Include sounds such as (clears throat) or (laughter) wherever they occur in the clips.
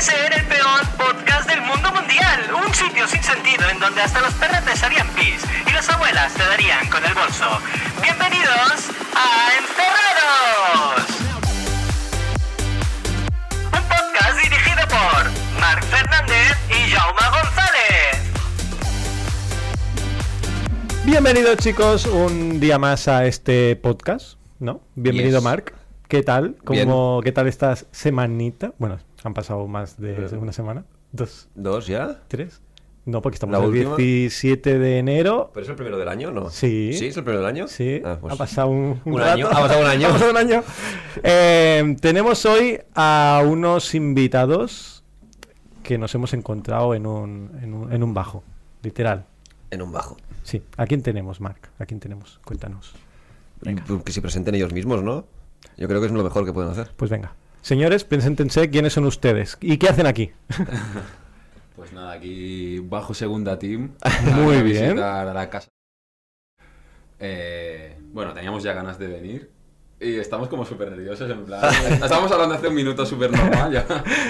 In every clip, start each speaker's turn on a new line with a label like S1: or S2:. S1: ser el peor podcast del mundo mundial. Un sitio sin sentido en donde hasta los perretes harían pis y las abuelas te darían con el bolso. Bienvenidos a Encerrados. Un podcast dirigido por Marc Fernández y Jaume González.
S2: Bienvenidos chicos un día más a este podcast, ¿no? Bienvenido
S3: Yes.
S2: Marc. ¿Qué tal?
S3: Bien.
S2: ¿Cómo, ¿Qué tal estás semanita? Bueno, han pasado más de una semana. ¿Dos?
S3: ¿Dos ya?
S2: ¿Tres? No, porque estamos
S3: ¿La
S2: el
S3: última?
S2: 17 de enero.
S3: ¿Pero es el primero del año no?
S2: Sí.
S3: ¿Sí? ¿Es el primero del año?
S2: Sí,
S3: Ah, pues-
S2: ha pasado un,
S3: un año,
S2: rato.
S3: ha pasado un año.
S2: (laughs) Ha pasado un año. Eh, tenemos hoy a unos invitados que nos hemos encontrado en un, en un, en un bajo, literal.
S3: En un bajo.
S2: Sí, ¿a quién tenemos, Marc? ¿A quién tenemos? Cuéntanos.
S3: Pues Que se presenten ellos mismos, ¿no? Yo creo que es lo mejor que pueden hacer.
S2: Pues venga. Señores, preséntense quiénes son ustedes y qué hacen aquí.
S4: Pues nada, aquí bajo segunda
S2: (laughs)
S4: team.
S2: Muy
S4: a
S2: bien.
S4: visitar a la casa. Eh, bueno, teníamos ya ganas de venir. Y estamos como súper nerviosos, en
S2: (laughs)
S4: plan. Estábamos hablando hace un minuto súper normal ya.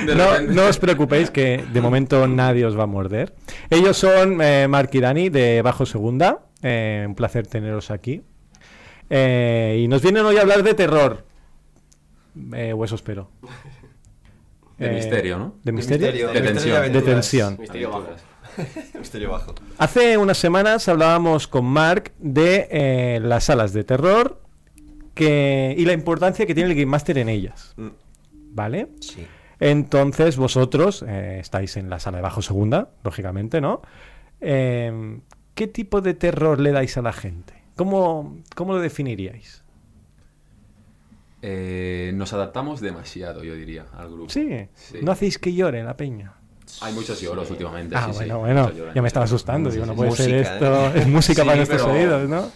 S4: de
S2: No,
S4: repente.
S2: no os preocupéis que de momento nadie os va a morder. Ellos son eh, Mark y Dani de Bajo Segunda. Eh, un placer teneros aquí. Eh, y nos vienen hoy a hablar de terror. Eh, o eso espero.
S4: De misterio, ¿no?
S2: ¿De misterio?
S4: De tensión.
S2: De tensión.
S5: Misterio bajo.
S4: Aventuras.
S5: Misterio bajo.
S2: Hace unas semanas hablábamos con Mark de eh, las salas de terror que, y la importancia que tiene el Game Master en ellas.
S4: Mm.
S2: ¿Vale?
S3: Sí.
S2: Entonces vosotros eh, estáis en la sala de bajo segunda, lógicamente, ¿no? Eh, ¿Qué tipo de terror le dais a la gente? ¿Cómo, cómo lo definiríais?
S4: Eh, nos adaptamos demasiado, yo diría, al grupo.
S2: Sí,
S4: Sí.
S2: no hacéis que llore la peña.
S4: Hay muchos lloros últimamente.
S2: ah,
S4: sí, sí.
S2: bueno, bueno,
S4: Muchos lloros.
S2: ya me estaba asustando,
S4: Sí,
S2: digo,
S4: sí,
S2: no
S4: sí.
S2: puede
S4: ¿eh?
S2: ser
S5: Música,
S2: esto, es música
S4: Sí,
S2: para nuestros
S4: pero-
S2: oídos, ¿no?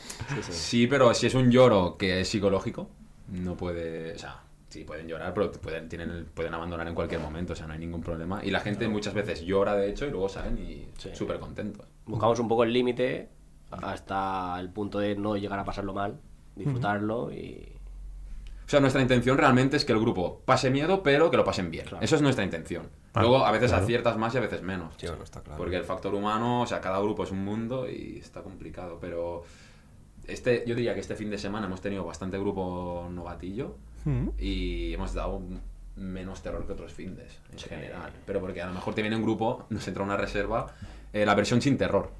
S4: Sí, pero si es un lloro que es psicológico, no puede. O sea, sí, pueden llorar, pero pueden, tienen, el- pueden abandonar en cualquier momento, o sea, no hay ningún problema. Y la gente muchas veces llora, de hecho, y luego salen y
S5: Sí.
S4: súper contentos.
S5: Buscamos un poco el límite hasta el punto de no llegar a pasarlo mal, disfrutarlo y.
S4: O sea, nuestra intención realmente es que el grupo pase miedo, pero que lo pasen bien. Eso es nuestra intención.
S2: Ah,
S4: luego, a veces aciertas más y a veces menos.
S3: Sí, bueno, está claro.
S4: Porque el factor humano, o sea, cada grupo es un mundo y está complicado, pero. Este, yo diría que este fin de semana hemos tenido bastante grupo novatillo.
S2: Mm.
S4: y hemos dado menos terror que otros findes en general. Pero porque a lo mejor te viene un grupo, nos entra una reserva, eh, la versión sin terror.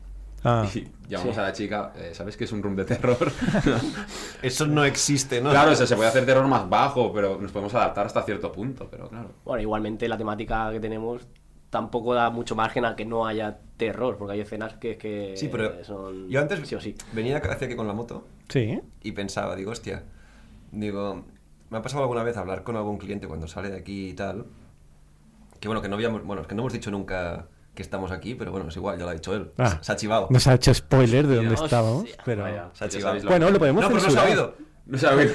S2: Ah.
S4: Y llamamos a la chica, eh, ¿sabes qué es un room de
S2: (laughs)
S4: terror? (laughs)
S6: Eso no existe, ¿no?
S4: claro, o sea, se puede hacer terror más bajo, pero nos podemos adaptar hasta cierto punto, pero claro.
S5: Bueno, igualmente la temática que tenemos tampoco da mucho margen a que no haya terror, porque hay escenas que, que
S6: Sí, pero
S5: Eh, son.
S6: yo antes
S5: Sí o sí.
S6: venía hacia aquí con la moto
S2: Sí,
S6: y pensaba, digo, hostia, digo, me ha pasado alguna vez hablar con algún cliente cuando sale de aquí y tal, que bueno, que no habíamos, bueno, es que no hemos dicho nunca que estamos aquí, pero bueno, es igual, ya lo ha dicho él,
S2: Ah.
S6: se ha chivado.
S2: nos ha hecho spoiler de dónde
S5: Hostia,
S2: estábamos, pero...
S5: vaya. (laughs)
S6: Se ha
S4: Ya
S6: chivado.
S4: sabéis
S2: Bueno, lo podemos
S6: No, pero no se ha
S2: censurar.
S6: oído.
S4: (laughs) No sabes.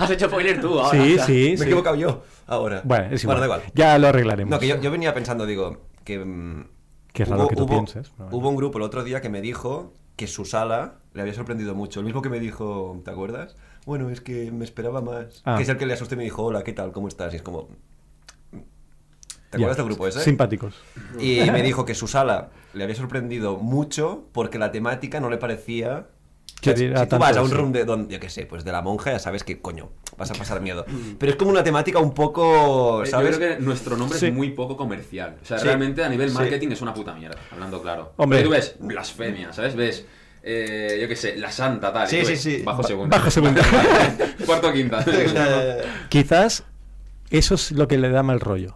S5: Has hecho spoiler tú ahora.
S2: Sí,
S5: o sea,
S2: sí,
S6: Me he
S2: sí.
S6: equivocado yo ahora.
S2: Bueno, es igual.
S6: da igual.
S2: Ya lo arreglaremos.
S6: No, que yo, yo venía pensando, digo, que... mm,
S2: Qué raro que tú pienses, pero bueno.
S6: Hubo un grupo el otro día que me dijo que su sala le había sorprendido mucho. El mismo que me dijo, ¿te acuerdas? Bueno, es que me esperaba más.
S2: Ah.
S6: Que es el que le asusté y me dijo, hola, ¿qué tal? ¿Cómo estás? Y es como... mm, ¿Te acuerdas
S2: Ya,
S6: del grupo ese?
S2: Simpáticos.
S6: Y me dijo que su sala le había sorprendido mucho porque la temática no le parecía...
S2: Que
S6: O sea, si-
S2: diera
S6: si tú
S2: tanto
S6: vas a un
S2: así.
S6: room de donde, yo qué sé, pues de la monja, ya sabes que coño, vas a pasar miedo. Pero es como una temática un poco, Pues, ¿sabes?
S4: Eh, Yo creo
S6: (laughs)
S4: que nuestro nombre
S2: Sí.
S4: es muy poco comercial. O sea,
S6: Sí.
S4: realmente a nivel
S6: Sí.
S4: marketing es una puta mierda, hablando claro.
S2: Hombre.
S4: Porque tú ves blasfemia, ¿sabes? Ves, eh, yo qué sé, la santa, tal. y
S6: Sí,
S4: tú
S6: sí,
S4: ves,
S6: sí.
S4: Bajo
S2: Ba-
S4: segunda.
S2: bajo segunda.
S4: (laughs)
S6: (laughs)
S4: Cuarto quinta.
S2: Quizás eso es lo que le da mal rollo.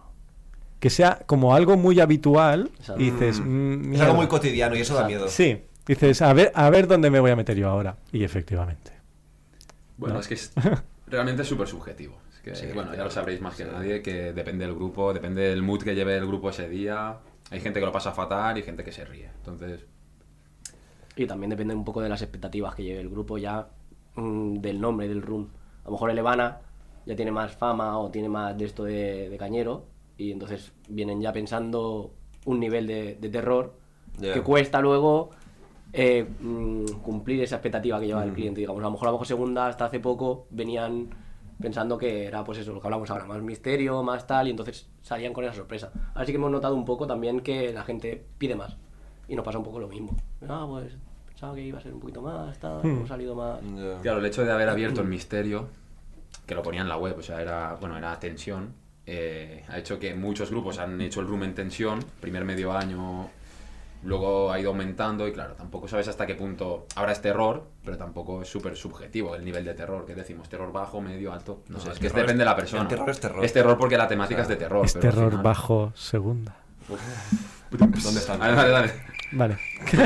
S2: Que sea como algo muy habitual
S5: Exacto.
S2: y dices... mm,
S6: Es
S2: mierda.
S6: algo muy cotidiano y eso da miedo.
S2: Sí, dices, a ver, a ver dónde me voy a meter yo ahora. Y efectivamente.
S4: Bueno, es que es- realmente es súper subjetivo. Es que, bueno, ya lo sabréis más que nadie, que depende del grupo, depende del mood que lleve el grupo ese día. Hay gente que lo pasa fatal y gente que se ríe. Entonces,
S5: Y también depende un poco de las expectativas que lleve el grupo ya mm, del nombre del room. A lo mejor el Evana ya tiene más fama o tiene más de esto de, de cañero y entonces vienen ya pensando un nivel de, de terror
S6: Ya.
S5: que cuesta luego eh, mm, cumplir esa expectativa que lleva el cliente. Digamos, a lo mejor a bajo segunda hasta hace poco venían pensando que era pues eso, lo que hablamos ahora, más misterio, más tal, y entonces salían con esa sorpresa. Así que hemos notado un poco también que la gente pide más. Y nos pasa un poco lo mismo. Ah, pues pensaba que iba a ser un poquito más, tal, hemos salido más.
S4: Claro, el hecho de haber
S6: (clears throat)
S4: abierto el misterio, que lo ponía en la web, o sea, era, bueno, era tensión, eh, ha hecho que muchos grupos han hecho el room en tensión, primer medio año, luego ha ido aumentando y claro, tampoco sabes hasta qué punto ahora es terror, pero tampoco es súper subjetivo el nivel de terror, que decimos terror bajo, medio, alto, no,
S6: Pues
S4: sé,
S6: el
S4: es que
S6: terror es-
S4: depende de la persona.
S6: el terror es terror.
S4: Es terror porque la temática es de
S6: Oh,
S4: terror.
S2: Es
S4: pero al
S2: terror
S4: final-
S2: este bajo segunda.
S6: ¿Dónde están?
S4: (laughs) Vale, vale, vale.
S2: Vale. (laughs)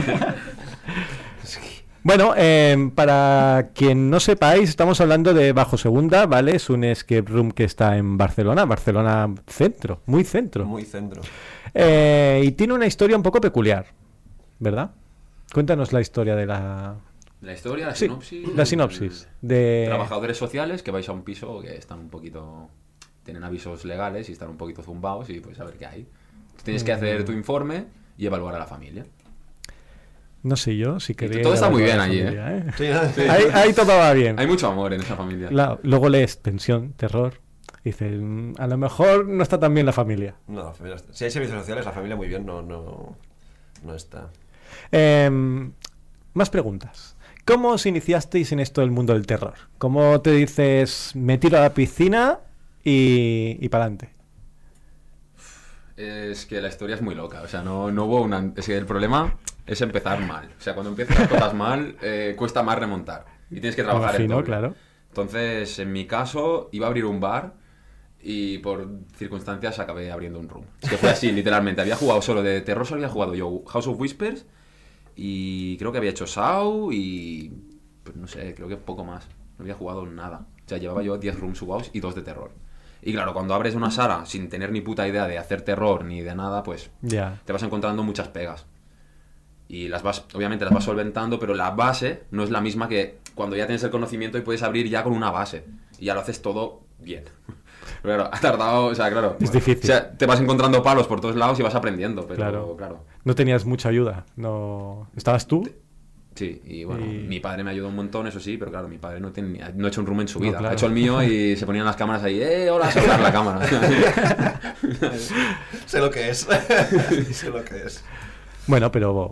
S2: Bueno, eh, para quien no sepáis, estamos hablando de Bajo Segunda, ¿vale? Es un escape room que está en Barcelona, Barcelona centro, muy centro.
S6: Muy centro.
S2: Eh, y tiene una historia un poco peculiar, ¿verdad? Cuéntanos la historia de la...
S4: La historia, la
S2: Sí,
S4: sinopsis.
S2: la sinopsis
S4: el-
S2: de-
S4: Trabajadores sociales que vais a un piso que están un poquito. Tienen avisos legales y están un poquito zumbados y pues a ver qué hay. Tienes que hacer
S2: Mm.
S4: tu informe y evaluar a la familia.
S2: No sé yo, si queréis...
S4: todo está muy bien allí,
S2: ¿eh?
S6: Sí,
S2: Ahí, ahí todo va bien.
S4: Hay mucho amor en esa familia.
S2: Em, La- luego lees tensión, terror. y Dices, "Mm, a lo mejor no está tan bien la familia.
S6: (laughs) No, la familia está- si hay servicios sociales, la familia muy bien no, no, no está.
S2: Em, más preguntas. ¿Cómo os iniciasteis en esto del mundo del terror? ¿Cómo te dices, me tiro a la piscina y, para adelante?
S4: Es que la historia es muy loca, o sea, no, no hubo una... Es que el problema es empezar mal. O sea, cuando empiezas las cosas mal, eh, cuesta más remontar. Y tienes que trabajar el
S2: Imagino,
S4: doble.
S2: claro.
S4: Entonces, en mi caso, iba a abrir un bar y por circunstancias acabé abriendo un room. Es que fue así, literalmente. Había jugado solo de terror, solo había jugado yo House of Whispers y creo que había hecho Saw y... Pues no sé, creo que poco más. No había jugado nada. O sea, llevaba yo 10 rooms jugados y 2 de terror. Y claro, cuando abres una sala sin tener ni puta idea de hacer terror ni de nada, pues
S2: Ya.
S4: te vas encontrando muchas pegas. Y las vas, obviamente las vas solventando, pero la base no es la misma que cuando ya tienes el conocimiento y puedes abrir ya con una base. Y ya lo haces todo bien. (laughs) Pero claro, ha tardado, o sea, claro.
S2: Es difícil.
S4: O sea, te vas encontrando palos por todos lados y vas aprendiendo, pero
S2: Claro.
S4: claro.
S2: No tenías mucha ayuda. No... ¿Estabas tú?
S4: Sí, y bueno,
S2: Y-
S4: mi padre me ayudó un montón, eso sí, pero claro, mi padre no, tiene, ni- no ha hecho un room en su
S2: No,
S4: vida.
S2: claro.
S4: Ha hecho el mío y se ponían las cámaras ahí, ¡eh, hola, soplar
S2: (laughs)
S4: la cámara!
S6: Sé lo que es. (laughs) sé lo que es.
S2: Bueno, pero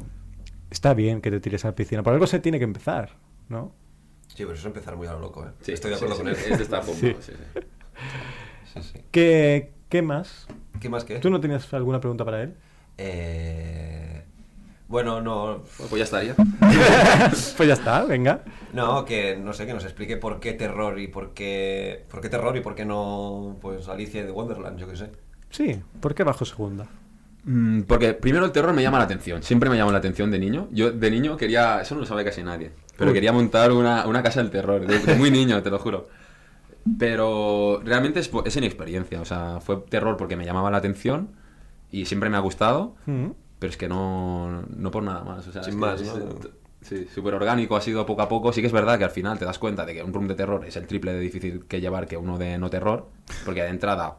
S2: está bien que te tires a la piscina. Por algo se tiene que empezar, ¿no?
S6: Sí, pero eso es empezar muy a lo loco, ¿eh?
S4: Sí,
S6: Estoy de
S4: sí,
S6: acuerdo
S4: sí,
S6: con él.
S4: Es de estar
S2: Sí.
S4: este sí, sí.
S6: Sí, sí.
S2: ¿Qué, qué más?
S6: ¿Qué más que?
S2: ¿Tú no tenías alguna pregunta para
S4: (laughs)
S2: él?
S6: Eh, Bueno, no.
S4: Bueno, pues ya estaría.
S2: pues ya está, venga.
S6: No, que no sé, que nos explique por qué terror y por qué. ¿Por qué terror y por qué no. Pues Alicia de Wonderland, yo qué sé.
S2: Sí, ¿por qué bajo segunda?
S4: Mm, Porque primero el terror me llama la atención, siempre me llamó la atención de niño. Yo de niño quería, eso no lo sabe casi nadie, pero
S2: Uy.
S4: quería montar una, una casa del terror, de, de muy niño, te lo juro. Pero realmente es, po- es inexperiencia, o sea, fue terror porque me llamaba la atención y siempre me ha gustado,
S2: Mm.
S4: pero es que no, no por nada más. O sea,
S6: Sin
S4: es que
S6: más,
S4: es-
S6: ¿no?
S4: Sí, súper orgánico ha sido poco a poco. Sí que es verdad que al final te das cuenta de que un room de terror es el triple de difícil que llevar que uno de no terror, porque de entrada,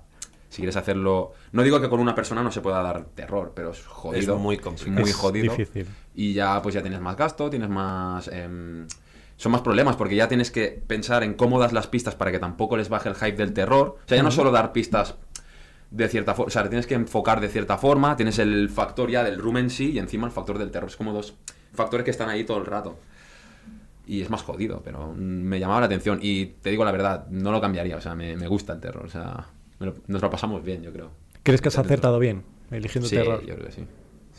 S4: si quieres hacerlo. No digo que con una persona no se pueda dar terror, pero es jodido.
S6: Es muy complicado.
S4: muy
S2: Es
S4: jodido.
S2: difícil.
S4: Y ya, pues ya tienes más gasto, tienes más. em, son más problemas porque ya tienes que pensar en cómo das las pistas para que tampoco les baje el hype del terror. O sea, ya no solo dar pistas de cierta forma, o sea, tienes que enfocar de cierta forma, tienes el factor ya del rumen en sí y encima el factor del terror. Es como dos factores que están ahí todo el rato. Y es más jodido, pero mm, me llamaba la atención. Y te digo la verdad, no lo cambiaría, o sea, me, me gusta el terror, o sea, me lo- nos lo pasamos bien, yo creo.
S2: ¿Crees que has acertado bien eligiendo
S4: Sí,
S2: terror?
S4: yo creo que sí.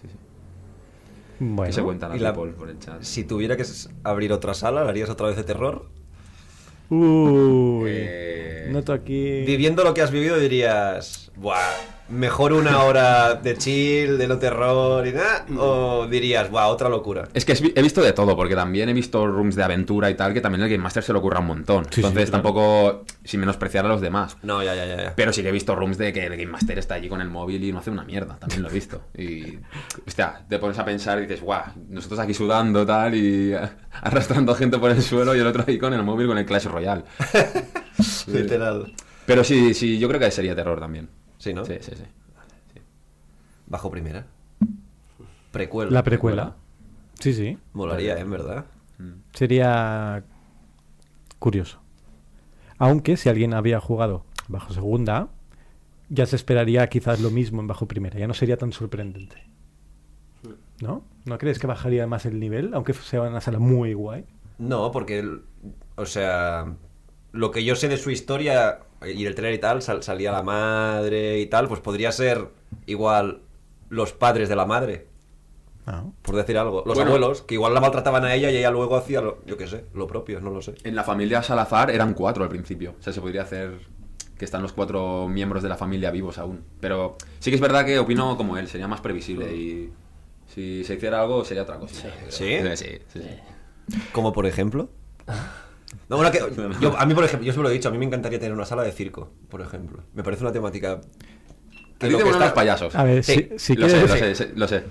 S4: sí, sí.
S2: Bueno.
S4: Que se cuenta la,
S6: y la-
S4: people por el chat.
S6: Si tuviera que s- abrir otra sala, ¿la harías otra vez de terror?
S2: Uy.
S4: Eh,
S2: Noto aquí.
S6: Viviendo lo que has vivido dirías, Buah, mejor una hora de chill, de no terror y nada, o dirías, Buah, otra locura.
S4: Es que es vi- he visto de todo, porque también he visto rooms de aventura y tal, que también el Game Master se le ocurra un montón.
S2: Sí, sí,
S4: Entonces
S2: claro.
S4: tampoco sin menospreciar a los demás.
S6: No, ya, ya, ya. ya.
S4: Pero sí que he visto rooms de que el Game Master está allí con el móvil y no hace una mierda, también lo he visto. Y, hostia, te pones a pensar y dices, guau, nosotros aquí sudando tal y (laughs) eh, arrastrando gente por el suelo y el otro ahí con el móvil con el Clash Royale.
S6: Literal.
S4: Pero sí, sí, yo creo que sería terror también.
S6: Sí, ¿no?
S4: Sí, sí, sí.
S6: Bajo primera. Precuela.
S2: La precuela. Sí, sí.
S6: Molaría, ¿eh? En verdad.
S2: Sería curioso. Aunque si alguien había jugado bajo segunda, ya se esperaría quizás lo mismo en bajo primera. Ya no sería tan sorprendente. ¿No? ¿No crees que bajaría más el nivel? Aunque sea una sala muy guay.
S6: No, porque, el- o sea, lo que yo sé de su historia y del trailer y tal, sal- salía la madre y tal, pues podría ser igual los padres de la madre,
S2: Ah.
S6: por decir algo. Los
S4: Bueno.
S6: abuelos, que igual la maltrataban a ella y ella luego hacía, lo- yo qué sé, lo propio, no lo sé.
S4: En la familia Salazar eran cuatro al principio. O sea, se podría hacer que están los cuatro miembros de la familia vivos aún. Pero sí que es verdad que opino como él, sería más previsible y si se hiciera algo sería otra cosa.
S6: ¿Sí?
S4: Sí, sí, sí.
S6: Como por ejemplo. No, bueno, que- yo- a mí, por ejemplo, yo siempre lo he dicho, a mí me encantaría tener una sala de circo, por ejemplo. Me parece una temática.
S4: Te
S6: de lo que
S4: dicen uno de
S6: está-
S4: los payasos.
S2: A ver,
S6: Sí,
S2: si, si
S4: lo,
S2: quieres.
S4: sé, lo sé, sé- lo sé.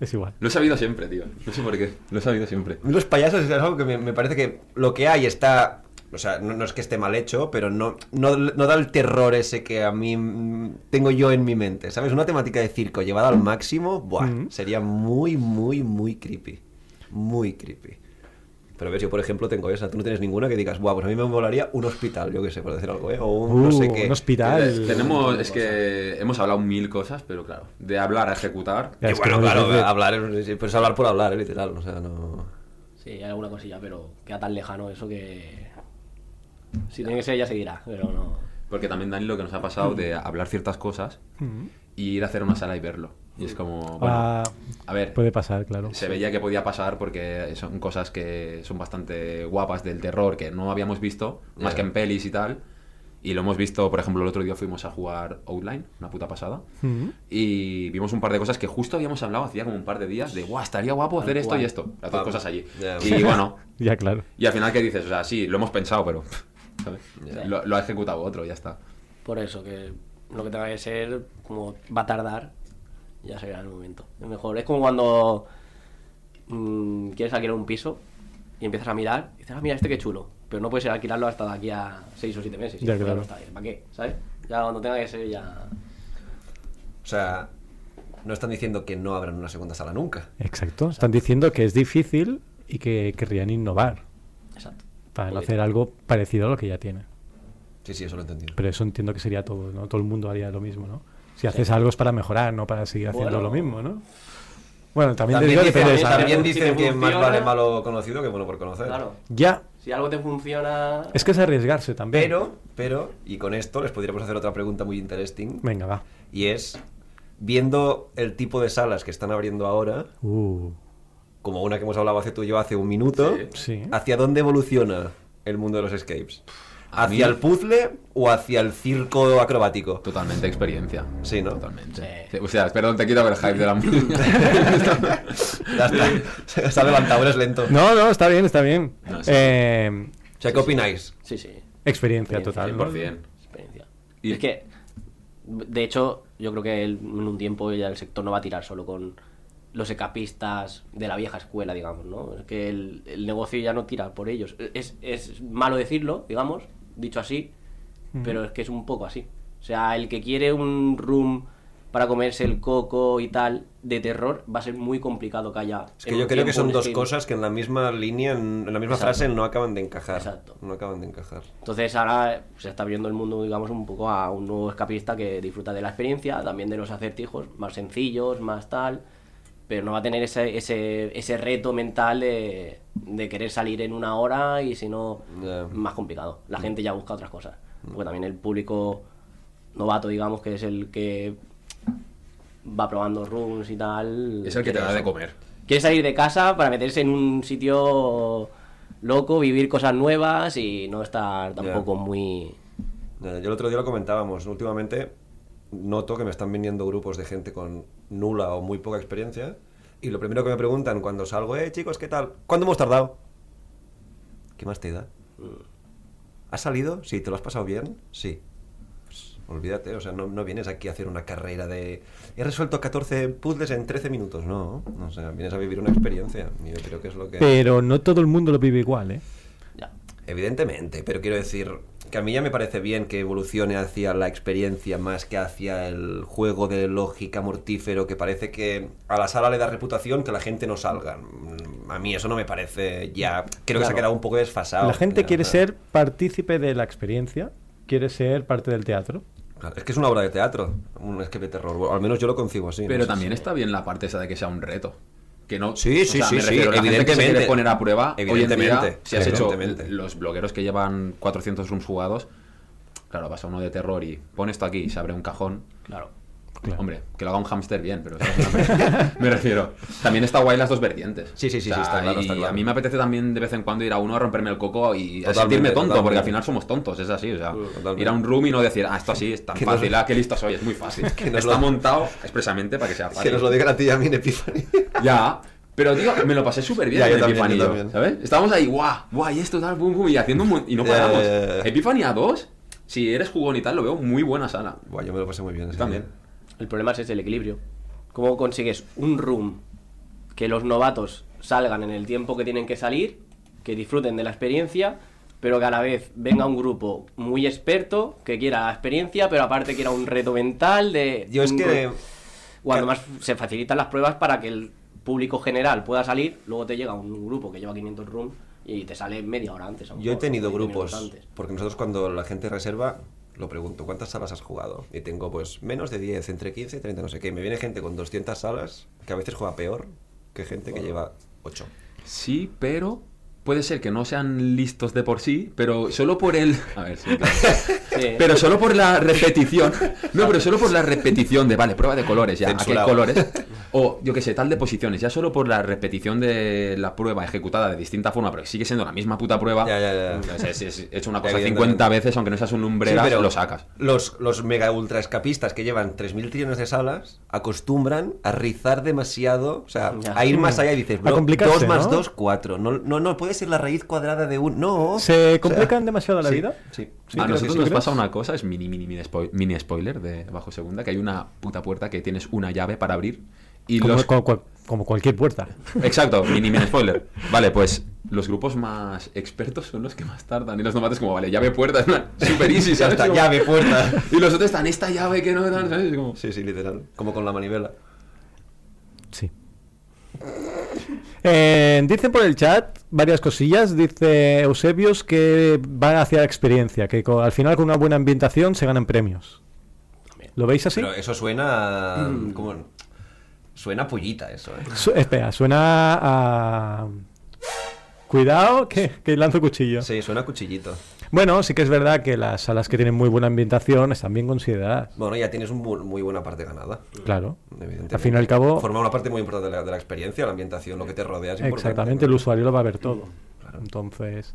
S2: Es igual.
S4: Lo he sabido siempre, tío. No sé por qué. Lo he sabido siempre.
S6: A mí Los payasos es algo que me, me parece que lo que hay está. O sea, no, no es que esté mal hecho, pero no, no, no da el terror ese que a mí mm, tengo yo en mi mente. ¿Sabes? Una temática de circo llevada al máximo, buah,
S2: Mm.
S6: sería muy, muy, muy creepy. Muy creepy. Pero ves, yo por ejemplo tengo esa. Tú no tienes ninguna que digas, buah, pues a mí me volaría un hospital, yo qué sé, por decir algo, ¿eh? O un no sé
S2: Uh,
S6: qué.
S2: un hospital.
S4: Tenemos, es que hemos hablado mil cosas, pero claro, de hablar a ejecutar.
S2: Ya,
S6: Que
S2: es que
S6: bueno,
S2: no
S6: claro,
S2: dices-
S6: hablar, es- pero es hablar por hablar, ¿eh? literal. O sea, no.
S5: Sí, hay alguna cosilla, pero queda tan lejano eso que. Si tiene que ser, ya seguirá, pero no.
S4: Porque también, Dani, lo que nos ha pasado de hablar ciertas cosas
S2: Mm.
S4: y ir a hacer una sala y verlo. Y es como, bueno,
S2: Ah,
S4: a ver,
S2: puede pasar, claro.
S4: se veía que podía pasar porque son cosas que son bastante guapas del terror que no habíamos visto, más
S6: Ya.
S4: que en pelis y tal. Y lo hemos visto, por ejemplo, el otro día fuimos a jugar Outline, una puta pasada.
S2: Mm.
S4: Y vimos un par de cosas que justo habíamos hablado hacía como un par de días de, guau, estaría guapo hacer esto y
S5: cual.
S4: esto. Hacer
S6: Vamos.
S4: cosas allí.
S6: Ya,
S4: y bueno,
S2: Ya, claro.
S4: y al final, ¿qué dices? O sea, sí, lo hemos pensado, pero. (laughs) ¿sabes?
S5: Ya.
S4: Lo, lo ha ejecutado otro, ya está.
S5: Por eso, que lo que tenga que ser, como va a tardar, ya se verá en el momento. Es mejor. Es como cuando mm, quieres alquilar un piso y empiezas a mirar, y dices, ah, mira, este qué chulo. Pero no puedes alquilarlo hasta de aquí a 6 o 7 meses.
S2: Ya,
S5: Y,
S2: claro.
S5: "Bueno, está bien, ¿Para qué? ¿Sabes? Ya cuando tenga que ser, ya.
S6: O sea, no están diciendo que no abran una segunda sala nunca.
S2: Exacto. Están diciendo que es difícil y que querrían innovar
S5: Exacto.
S2: para no
S5: Muy
S2: hacer algo parecido a lo que ya tienen.
S6: Sí, sí, eso lo he entendido.
S2: Pero eso entiendo que sería todo, ¿no? Todo el mundo haría lo mismo, ¿no? Si haces algo es para mejorar, no para seguir haciendo
S5: Bueno.
S2: lo mismo, ¿no? Bueno, también,
S6: También,
S2: te digo que
S6: dicen,
S2: depende de esa-
S6: también
S5: Si te
S6: dicen que más
S5: funciona-
S6: vale malo conocido que bueno por conocer.
S5: Claro.
S2: Ya,
S5: Si algo te funciona.
S2: es que es arriesgarse también.
S6: Pero, pero, y con esto les podríamos hacer otra pregunta muy interesting.
S2: Venga, va.
S6: Y es, viendo el tipo de salas que están abriendo ahora,
S2: Uh,
S6: como una que hemos hablado hace tú y yo hace un minuto,
S2: Sí. Sí.
S6: ¿hacia dónde evoluciona el mundo de los escapes?
S4: A
S6: ¿Hacia
S4: mí-
S6: el puzzle o hacia el circo acrobático?
S4: Totalmente experiencia.
S6: Sí, ¿no?
S4: Totalmente. Sí, O sea, perdón, te quito el hype de la música.
S6: (laughs) Ya está. Se ha levantado, eres lento.
S2: No, no, está bien, está bien.
S4: No, sí.
S2: Eh,
S6: O sea, ¿qué opináis?
S5: Sí, sí.
S2: experiencia
S5: Experiencia,
S2: total. ¿no?
S4: 100%.
S5: experiencia.
S4: Y-
S5: Es que, de hecho, yo creo que el- en un tiempo ya el sector no va a tirar solo con los ecapistas de la vieja escuela, digamos, ¿no? Es que el, el negocio ya no tira por ellos. Es, es malo decirlo, digamos, dicho así, pero es que es un poco así. O sea, el que quiere un room para comerse el coco y tal de terror, va a ser muy complicado que haya...
S6: Es
S5: en
S6: que
S5: un
S6: yo creo que
S5: tiempo
S6: son
S5: un
S6: dos
S5: escape.
S6: cosas que en la misma línea, en en la misma
S5: Exacto.
S6: frase, no acaban de encajar.
S5: Exacto.
S6: No acaban de encajar.
S5: Entonces ahora pues, se está abriendo el mundo, digamos, un poco a un nuevo escapista que disfruta de la experiencia, también de los acertijos más sencillos, más tal, pero no va a tener ese, ese, ese reto mental de, de querer salir en una hora y si no,
S6: Ya.
S5: más complicado.
S4: Mm.
S5: La gente ya busca otras cosas, porque también el público novato, digamos, que es el que va probando rooms y tal.
S4: Es el que te
S5: quiere
S4: da de
S5: eso.
S4: comer.
S5: Quiere salir de casa para meterse en un sitio loco, vivir cosas nuevas y no estar tampoco muy...
S6: Ya, Eh, Yo el otro día lo comentábamos. Últimamente noto que me están viniendo grupos de gente con nula o muy poca experiencia. Y lo primero que me preguntan cuando salgo, eh, chicos, ¿qué tal? ¿Cuánto hemos tardado? ¿Qué más te da? ¿Has salido? Sí. ¿Te lo has pasado bien? Sí. Pues, olvídate, o sea, no, no vienes aquí a hacer una carrera de... He resuelto 14 puzzles en 13 minutos, no. O sea, vienes a vivir una experiencia. Y yo creo que es lo que...
S2: Pero no todo el mundo lo vive igual, ¿eh?
S5: Ya.
S6: Evidentemente, pero quiero decir que a mí ya me parece bien que evolucione hacia la experiencia más que hacia el juego de lógica mortífero que parece que a la sala le da reputación que la gente no salga. Mm, A mí eso no me parece ya. Creo que se ha
S2: Claro.
S6: quedado un poco desfasado.
S2: La gente
S6: Ya,
S2: quiere
S6: claro.
S2: ser partícipe de la experiencia, quiere ser parte del teatro.
S6: Claro, es que es una obra de teatro, un escape de terror. O al menos yo lo concibo así.
S4: Pero
S6: no sé
S4: también
S6: si-
S4: está bien la parte esa de que sea un reto. Que no,
S6: Sí, sí,
S4: o sea,
S6: sí,
S4: me
S6: sí,
S4: refiero, la gente que se quiere
S6: evidentemente.
S4: poner a prueba, hoy en día,
S6: Evidentemente,
S4: si has hecho
S6: evidentemente.
S4: los blogueros que llevan 400 rooms jugados, claro, vas a uno de terror y pon esto aquí, y se abre un cajón.
S5: Claro.
S4: Hombre, que lo haga un hamster bien, pero eso
S6: (laughs)
S4: es una- me refiero. También está guay las dos vertientes.
S6: Sí, sí, sí, sí, está claro, está
S4: y
S6: claro.
S4: A mí me apetece también de vez en cuando ir a uno a romperme el coco y a
S6: Totalmente,
S4: sentirme tonto, porque
S6: totalmente. Uh,
S4: al final somos tontos, es así. O sea,
S6: Totalmente.
S4: ir a un room y no decir, ah, esto así es tan
S6: Que nos-
S4: fácil, ah, qué listo soy, es muy fácil.
S6: (laughs) Que nos
S4: está
S6: lo-
S4: montado expresamente para que sea
S6: (laughs)
S4: fácil.
S6: Que nos lo digan a ti y a mí en Epiphany.
S4: Ya. Pero tío, me lo pasé súper bien
S6: Ya,
S4: en
S6: yo también, yo
S4: Epifanía,
S6: también.
S4: ¿sabes? Estábamos ahí, guau, guau, y esto tal, bum, bum, y haciendo un mon- y no
S6: Ya, ya,
S4: paramos.
S6: ya, ya, ya.
S4: Epifanía 2, si eres jugón y tal, lo veo muy buena sala.
S6: Buah, yo me lo pasé muy bien. ese
S4: También.
S6: día.
S5: El problema es ese, el equilibrio. ¿Cómo consigues un room que los novatos salgan en el tiempo que tienen que salir, que disfruten de la experiencia, pero que a la vez venga un grupo muy experto que quiera la experiencia, pero aparte quiera un reto mental de...
S6: Yo es
S5: un
S6: que.
S5: ro- o además se facilitan las pruebas para que el público general pueda salir, luego te llega un grupo que lleva 500 rooms y te sale media hora antes. a lo
S6: Yo he
S5: mejor,
S6: tenido
S5: 20 minutos
S6: grupos, (laughs)
S5: antes.
S6: porque nosotros cuando la gente reserva, lo pregunto, ¿cuántas salas has jugado? Y tengo pues menos de 10, entre 15 y 30, no sé qué. Y me viene gente con 200 salas, que a veces juega peor que gente que lleva 8.
S4: Sí, pero puede ser que no sean listos de por sí, pero solo
S6: (laughs)
S4: por el... A ver, sí, claro.
S5: Sí.
S4: (laughs) Pero solo por la repetición. No, pero solo por la repetición de, vale, prueba de colores, ya,
S6: Censurado.
S4: ¿a qué colores?
S6: (laughs)
S4: O, yo qué sé, tal de posiciones, ya solo por la repetición de la prueba ejecutada de distinta forma, pero que sigue siendo la misma puta prueba.
S6: Ya, ya, ya.
S4: Entonces, Ah, si has hecho una cosa
S6: Evidentemente.
S4: 50 veces, aunque no seas un lumbrera,
S6: Sí, pero
S4: lo sacas.
S6: Los, los mega ultra escapistas que llevan 3.000 trillones de salas acostumbran a rizar demasiado, o sea,
S5: Ya.
S6: a ir más allá y dices,
S2: A
S6: bro,
S2: complicarse,
S6: 2 más
S2: ¿no?
S6: 2, 4. No, no, no, puede ser la raíz cuadrada de un... No.
S2: ¿Se
S6: O sea,
S2: complican demasiado la
S6: sí,
S2: vida?
S6: Sí. sí,
S4: a
S6: creo que
S4: nosotros
S6: sí.
S4: nos
S2: ¿crees?
S4: pasa una cosa, es mini, mini, mini, spo- mini spoiler de bajo segunda, que hay una puta puerta que tienes una llave para abrir y
S2: Como,
S4: los
S2: como cual- como cualquier puerta.
S4: Exacto, mini mini spoiler. Vale, pues los grupos más expertos son los que más tardan. Y los novatos como, vale, llave puerta, (laughs) es una super easy,
S6: Ya
S4: ¿sabes?
S6: está,
S4: Como-
S6: llave, puerta. (laughs)
S4: Y los otros están, esta llave que no dan, ¿sabes? Y como-
S6: Sí, sí, literal. Como con la manivela.
S2: Sí. Eh, dicen por el chat varias cosillas. Dice Eusebios que va hacia la experiencia, que co- al final con una buena ambientación se ganan premios. ¿Lo veis así?
S4: eh,
S6: Pero eso suena.
S2: Mm.
S6: ¿cómo? Suena a pollita, eso, ¿eh?
S2: Su- espera, suena a... Cuidado, que, que lanzo cuchillo.
S6: Sí, suena a cuchillito.
S2: Bueno, sí que es verdad que las salas que tienen muy buena ambientación están bien consideradas.
S6: Bueno, ya tienes un bu- muy, buena parte ganada.
S4: Mm.
S2: Claro.
S6: Evidentemente.
S2: Al fin y al cabo,
S6: Forma una parte muy importante de la, de la experiencia, la ambientación, lo que te rodea. es importante,
S2: exactamente, el
S6: ¿no?
S2: usuario lo va a ver todo. Entonces,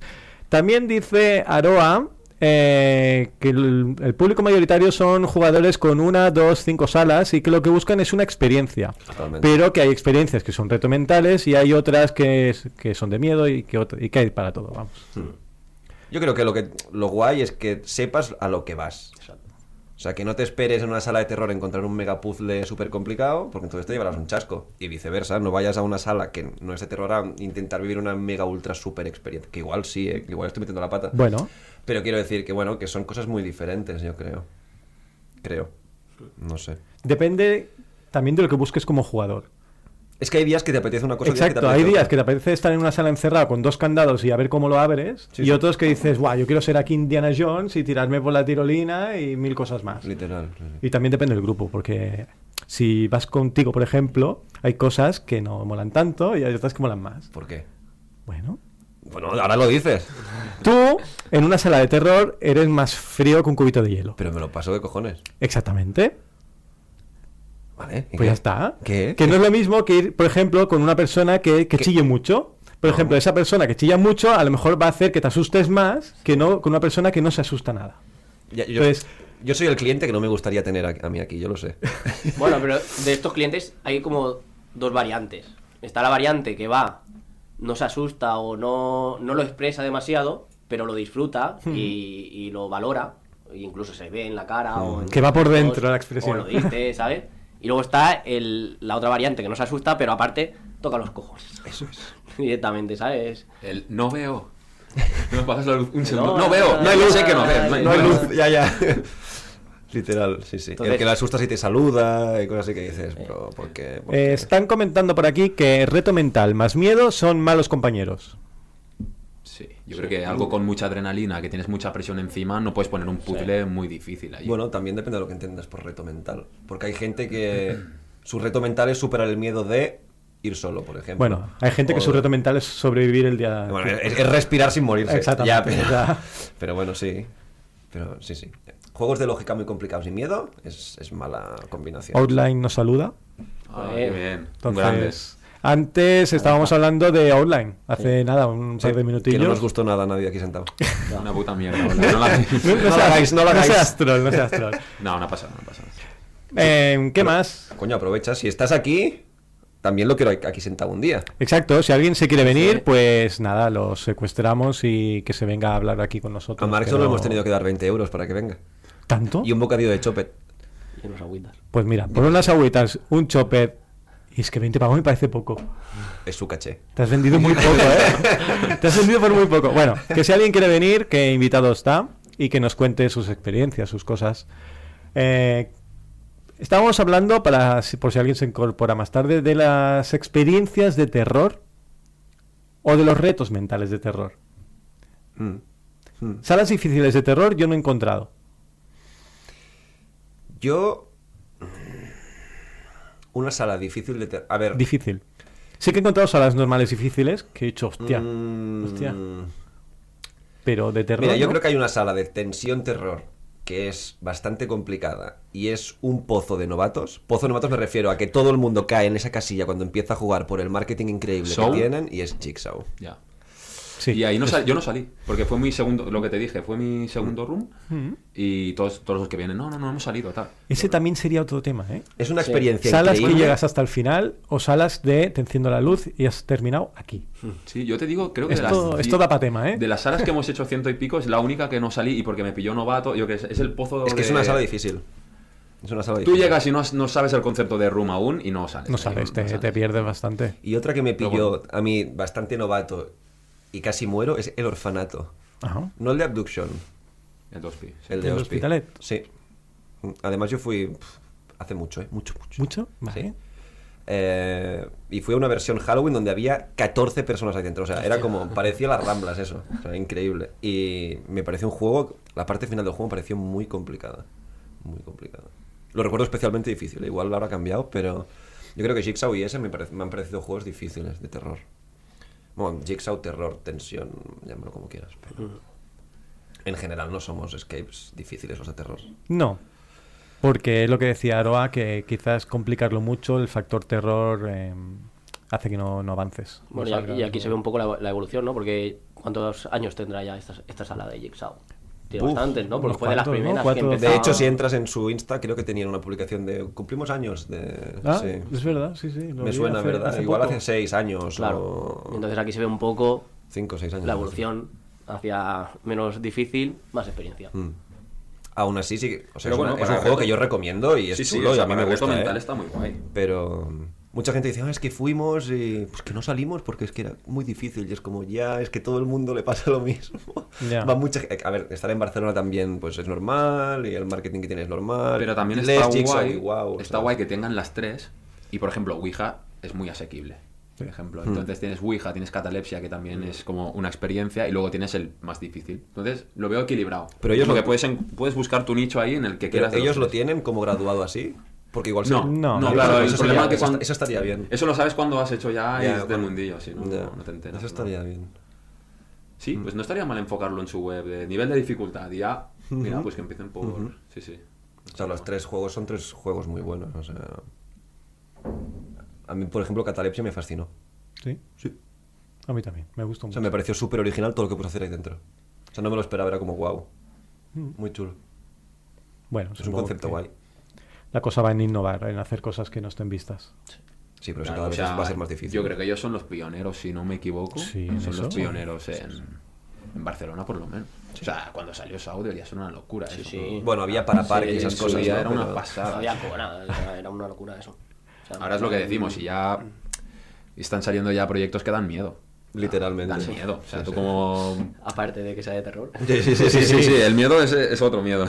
S2: también dice Aroa eh, que el, el público mayoritario son jugadores con una, dos, cinco salas y que lo que buscan es una experiencia.
S6: Totalmente.
S2: Pero que hay experiencias que son reto mentales y hay otras que, es- que son de miedo y que, ot- y que hay para todo, vamos.
S6: Yo creo que lo, que lo guay es que sepas a lo que vas.
S5: Exacto.
S6: O sea, que no te esperes en una sala de terror encontrar un mega puzzle súper complicado, porque entonces te llevarás un chasco. Y viceversa, no vayas a una sala que no es de terror a intentar vivir una mega ultra super experiencia. Que igual sí, ¿eh? que igual estoy metiendo la pata.
S2: Bueno,
S6: Pero quiero decir que, bueno, que son cosas muy diferentes, yo creo. Creo. No sé.
S2: depende también de lo que busques como jugador.
S6: Es que hay días que te apetece una cosa. días que te
S2: Exacto, hay
S6: apetece
S2: días que
S6: otra.
S2: te apetece estar en una sala encerrada con dos candados y a ver cómo lo abres,
S6: Sí,
S2: y
S6: sí.
S2: otros que dices, guau, yo quiero ser aquí Indiana Jones y tirarme por la tirolina y mil cosas más.
S6: Literal. sí, sí.
S2: Y también depende del grupo, porque si vas contigo, por ejemplo, hay cosas que no molan tanto y hay otras que molan más.
S6: ¿Por qué?
S2: Bueno,
S6: Bueno, ahora lo dices.
S2: tú en una sala de terror eres más frío que un cubito de hielo.
S6: Pero me lo paso de cojones.
S2: Exactamente.
S6: Vale. ¿y
S2: Pues
S6: qué?
S2: ya está.
S6: ¿Qué?
S2: Que no es lo mismo que ir, por ejemplo, con una persona que, que chille mucho. Por ejemplo, esa persona que chilla mucho a lo mejor va a hacer que te asustes más que no con una persona que no se asusta nada.
S6: Ya, yo,
S2: Entonces-
S6: yo soy el cliente que no me gustaría tener a, a mí aquí, yo
S2: (laughs)
S6: lo sé.
S5: Bueno, pero de estos clientes hay como dos variantes. Está la variante que va, no se asusta o no, no lo expresa demasiado, pero lo disfruta y, y lo valora. e incluso se ve en la cara. o en
S2: Que va
S5: los
S2: por
S5: ojos,
S2: dentro la expresión.
S5: O
S2: (laughs)
S5: lo dice, ¿sabes? Y luego está el- la otra variante que no se (laughs) asusta, pero aparte toca los cojones. Eso es. Directamente, ¿sabes?
S4: El no veo. No me pagas la luz un segundo.
S5: No,
S4: No veo, no hay luz, sé que no veo.
S6: No hay luz, ya, ya. (laughs) Literal, sí, sí.
S5: Entonces-
S6: el que la asustas y te saluda y cosas así que dices, pero ¿por qué? ¿Por
S2: Eh,
S6: qué?
S2: están comentando por aquí que reto mental más miedo son malos compañeros.
S4: Sí, yo creo que algo con mucha adrenalina, que tienes mucha presión encima, no puedes poner un puzzle muy difícil ahí.
S6: Bueno, también depende de lo que entiendas por reto mental. Porque hay gente que (clears throat) su reto mental es superar el miedo de ir solo, por ejemplo.
S2: Bueno, hay gente que
S6: O-
S2: su reto mental es sobrevivir el día.
S6: Bueno, es, es respirar sin morirse.
S2: Exactamente,
S6: Ya, pero,
S2: ya.
S6: (laughs) pero bueno, sí. Pero sí, sí. Juegos de lógica muy complicados y miedo es, es mala combinación.
S2: Outline nos saluda.
S4: Ah, qué bien.
S2: Entonces,
S4: Grandes.
S2: antes estábamos hablando de Outline, hace nada, un par de
S6: que
S2: minutillos.
S6: no nos gustó nada a nadie
S2: (laughs)
S6: aquí sentado.
S4: Una puta mierda. boludo. No,
S2: No,
S4: la-
S2: no
S6: No lo
S2: seas-
S6: hagáis, no lo
S2: no
S6: hagáis.
S2: seas troll, no seas
S6: (laughs)
S2: troll.
S4: No, una pasada, una pasada.
S2: Eh, ¿Qué más?
S6: Coño, aprovecha. Si estás aquí, también lo quiero aquí sentado un día.
S2: Exacto, si alguien se quiere venir, pues nada, los secuestramos y que se venga a hablar aquí con nosotros.
S6: A Mark
S2: Pues pero-
S6: solo le hemos tenido que dar 20 euros para que venga.
S2: ¿Tanto?
S6: Y un bocadillo de chopet.
S5: Y unos agüitas.
S2: Pues mira, por unas agüitas, un chopper. Y es que 20 pavos me parece poco.
S6: Es su caché.
S2: Te has vendido muy poco,
S6: (laughs)
S2: ¿eh? Te has vendido por muy poco. Bueno, que si alguien quiere venir, que invitado está y que nos cuente sus experiencias, sus cosas. Eh, estábamos hablando, para, si- por si alguien se incorpora más tarde, de las experiencias de terror o de los retos mentales de terror.
S6: Mm.
S2: Salas difíciles de terror yo no he encontrado.
S6: Yo. mm, Una sala difícil de. ter- A ver.
S2: Difícil. Sí que he encontrado salas normales difíciles que he dicho, hostia,
S6: mm,
S2: hostia. Pero de terror.
S6: Mira, yo
S2: ¿no?
S6: creo que hay una sala de tensión-terror que es bastante complicada y es un pozo de novatos. Pozo de novatos me refiero a que todo el mundo cae en esa casilla cuando empieza a jugar por el marketing increíble
S4: Show.
S6: que tienen y es Jigsaw.
S4: Ya.
S2: Sí.
S4: Y ahí no sal- yo no salí, porque fue mi segundo, lo que te dije, fue mi segundo room y todos, todos los que vienen, no, no, no hemos salido, tal.
S2: Mm. Ese también sería otro tema, ¿eh?
S6: Es una experiencia
S2: Salas que
S6: increíble.
S2: llegas hasta el final o salas de te enciendo la luz y has terminado aquí.
S6: Hmm.
S4: Sí, yo te digo, creo que
S2: Mm. Esto-
S4: de las...
S2: esto da pa' tema, ¿eh?
S4: De las salas que hemos hecho ciento y pico, es la única que no salí y porque me pilló novato, yo que es, es el pozo
S6: Es que es
S4: de-
S6: una sala difícil. Es una sala
S4: Tú
S6: difícil.
S4: llegas y no, has- no sabes el concepto de room aún y no sales.
S2: No sabes, te,
S4: No
S2: te pierdes bastante.
S6: Y otra que me
S4: Pero
S6: pilló a mí bastante novato y casi muero es el orfanato.
S2: Ajá.
S6: No el de abduction,
S4: El 2P. sí.
S6: el de
S2: ¿El
S6: Hospi.
S2: Hospitalet?
S6: Sí. Además yo fui pf, hace mucho, ¿eh? Mucho, mucho.
S2: ¿Mucho? Vale.
S6: Sí. Eh, y fue una versión Halloween donde había 14 personas ahí dentro. O sea, era como, parecía las ramblas eso. O sea, increíble. Y me pareció un juego, la parte final del juego me pareció muy complicada. Muy complicada. Lo recuerdo especialmente difícil. Igual ahora ha cambiado, pero yo creo que Jigsaw y ese me, parec- me han parecido juegos difíciles de terror. Bueno, Jigsaw, terror, tensión, llámalo como quieras. pero En general no somos escapes difíciles los de terror.
S2: No. Porque es lo que decía Aroa, que quizás complicarlo mucho, el factor terror eh, hace que no, no avances. no
S5: Bueno, y aquí,
S2: salgas.
S5: y aquí se ve un poco la, la evolución, ¿no? Porque ¿cuántos años tendrá ya esta, esta sala de Jigsaw? Tiene
S6: Uf,
S5: bastantes, ¿no?
S2: unos
S5: Porque fue de las
S2: cuantos, ¿no?
S5: primeras que
S2: Cuatro-
S5: empezó.
S6: De hecho, si entras en su Insta, creo que tenían una publicación de cumplimos años de...
S2: Ah,
S6: sí.
S2: es verdad, sí, sí. lo
S6: Me
S2: vi
S6: suena,
S2: hace-
S6: ¿verdad?
S2: hace
S6: Igual
S2: poco.
S6: hace seis años
S5: Claro. Y
S6: o
S5: Entonces aquí se ve un poco
S6: cinco o seis años.
S5: la evolución hacia menos difícil, más experiencia.
S2: Mm.
S6: Aún así, sí. que- O sea,
S4: Pero
S6: es, una-
S4: bueno,
S6: es
S4: para
S6: un juego
S4: reto-
S6: que yo recomiendo y es
S4: Sí, sí,
S6: chulo
S4: o sea,
S6: y a mí
S4: para
S6: me
S4: el reto
S6: gusta.
S4: mental
S6: ¿eh?
S4: está muy guay.
S6: Pero mm, mucha gente dice, ah, es que fuimos y pues que no salimos porque es que era muy difícil y es como, ya, es que todo el mundo le pasa lo mismo.
S2: (laughs) Ya.
S6: Va mucha ge- A ver, estar en Barcelona también pues es normal y el marketing que tiene es normal.
S4: Pero también
S6: Lees
S4: está
S6: Jigsaw
S4: guay,
S6: y guau,
S4: está
S6: ¿sabes?
S4: guay que tengan las tres. Y por ejemplo, Ouija es muy asequible. Por ejemplo,
S6: Hmm.
S4: entonces tienes Ouija, tienes catalepsia, que también es como una experiencia, y luego tienes el más difícil. Entonces, lo veo equilibrado.
S6: Pero ellos
S4: Como
S6: lo-
S4: que puedes, en- puedes buscar tu nicho ahí en el que
S6: Pero
S4: quieras. de los
S6: ellos lo
S4: tres.
S6: tienen como graduado así. Porque igual
S4: No,
S6: sí.
S2: No,
S4: no,
S2: no,
S4: claro,
S6: eso
S4: el
S6: sería-
S4: problema es que
S6: eso
S4: cuando-
S6: est- eso estaría bien.
S4: Eso lo sabes cuando has hecho ya,
S6: Ya,
S4: y es del
S6: bueno,
S4: mundillo, si no,
S6: ya.
S4: no te enteras.
S6: Eso
S4: ¿no?
S6: estaría bien. Hmm.
S4: Sí, pues no estaría mal enfocarlo en su web de nivel de dificultad. Y ya, mira, pues que empiecen por. Sí, sí.
S6: O sea, los tres juegos son tres juegos muy buenos. O sea, a mí, por ejemplo, Catalepsia me fascinó.
S2: Sí.
S6: Sí.
S2: A mí también, me gustó
S6: O
S2: mucho.
S6: sea, me pareció súper original todo lo que puedes hacer ahí dentro. O sea, no me lo esperaba, era como wow. Muy chulo.
S2: Bueno,
S6: Es un
S2: supongo
S6: concepto
S2: que
S6: guay.
S2: La cosa va en innovar, en hacer cosas que no estén vistas.
S6: Sí, pero eso
S4: Claro,
S6: cada
S4: o
S6: vez
S4: sea,
S6: va a ser más difícil.
S4: Yo creo que ellos son los pioneros, si no me equivoco.
S2: Sí, en
S4: son
S2: eso.
S4: los pioneros en, en Barcelona, por lo menos. O sea, cuando salió Sau debería ser una locura. eso.
S5: sí.
S6: Bueno, había para par y
S4: en
S6: esas
S4: su
S6: cosas.
S4: día
S6: ¿no?
S4: Era una
S6: Pero-
S4: pasada.
S5: Había cobra, era- era una locura eso. O sea,
S4: Ahora es lo que decimos, y ya están saliendo ya proyectos que dan miedo.
S6: literalmente.
S4: Dan miedo. O sea, tú como
S5: Aparte de que sea de terror.
S4: Sí, sí, sí, sí, (laughs) sí, sí, el miedo es, es otro miedo.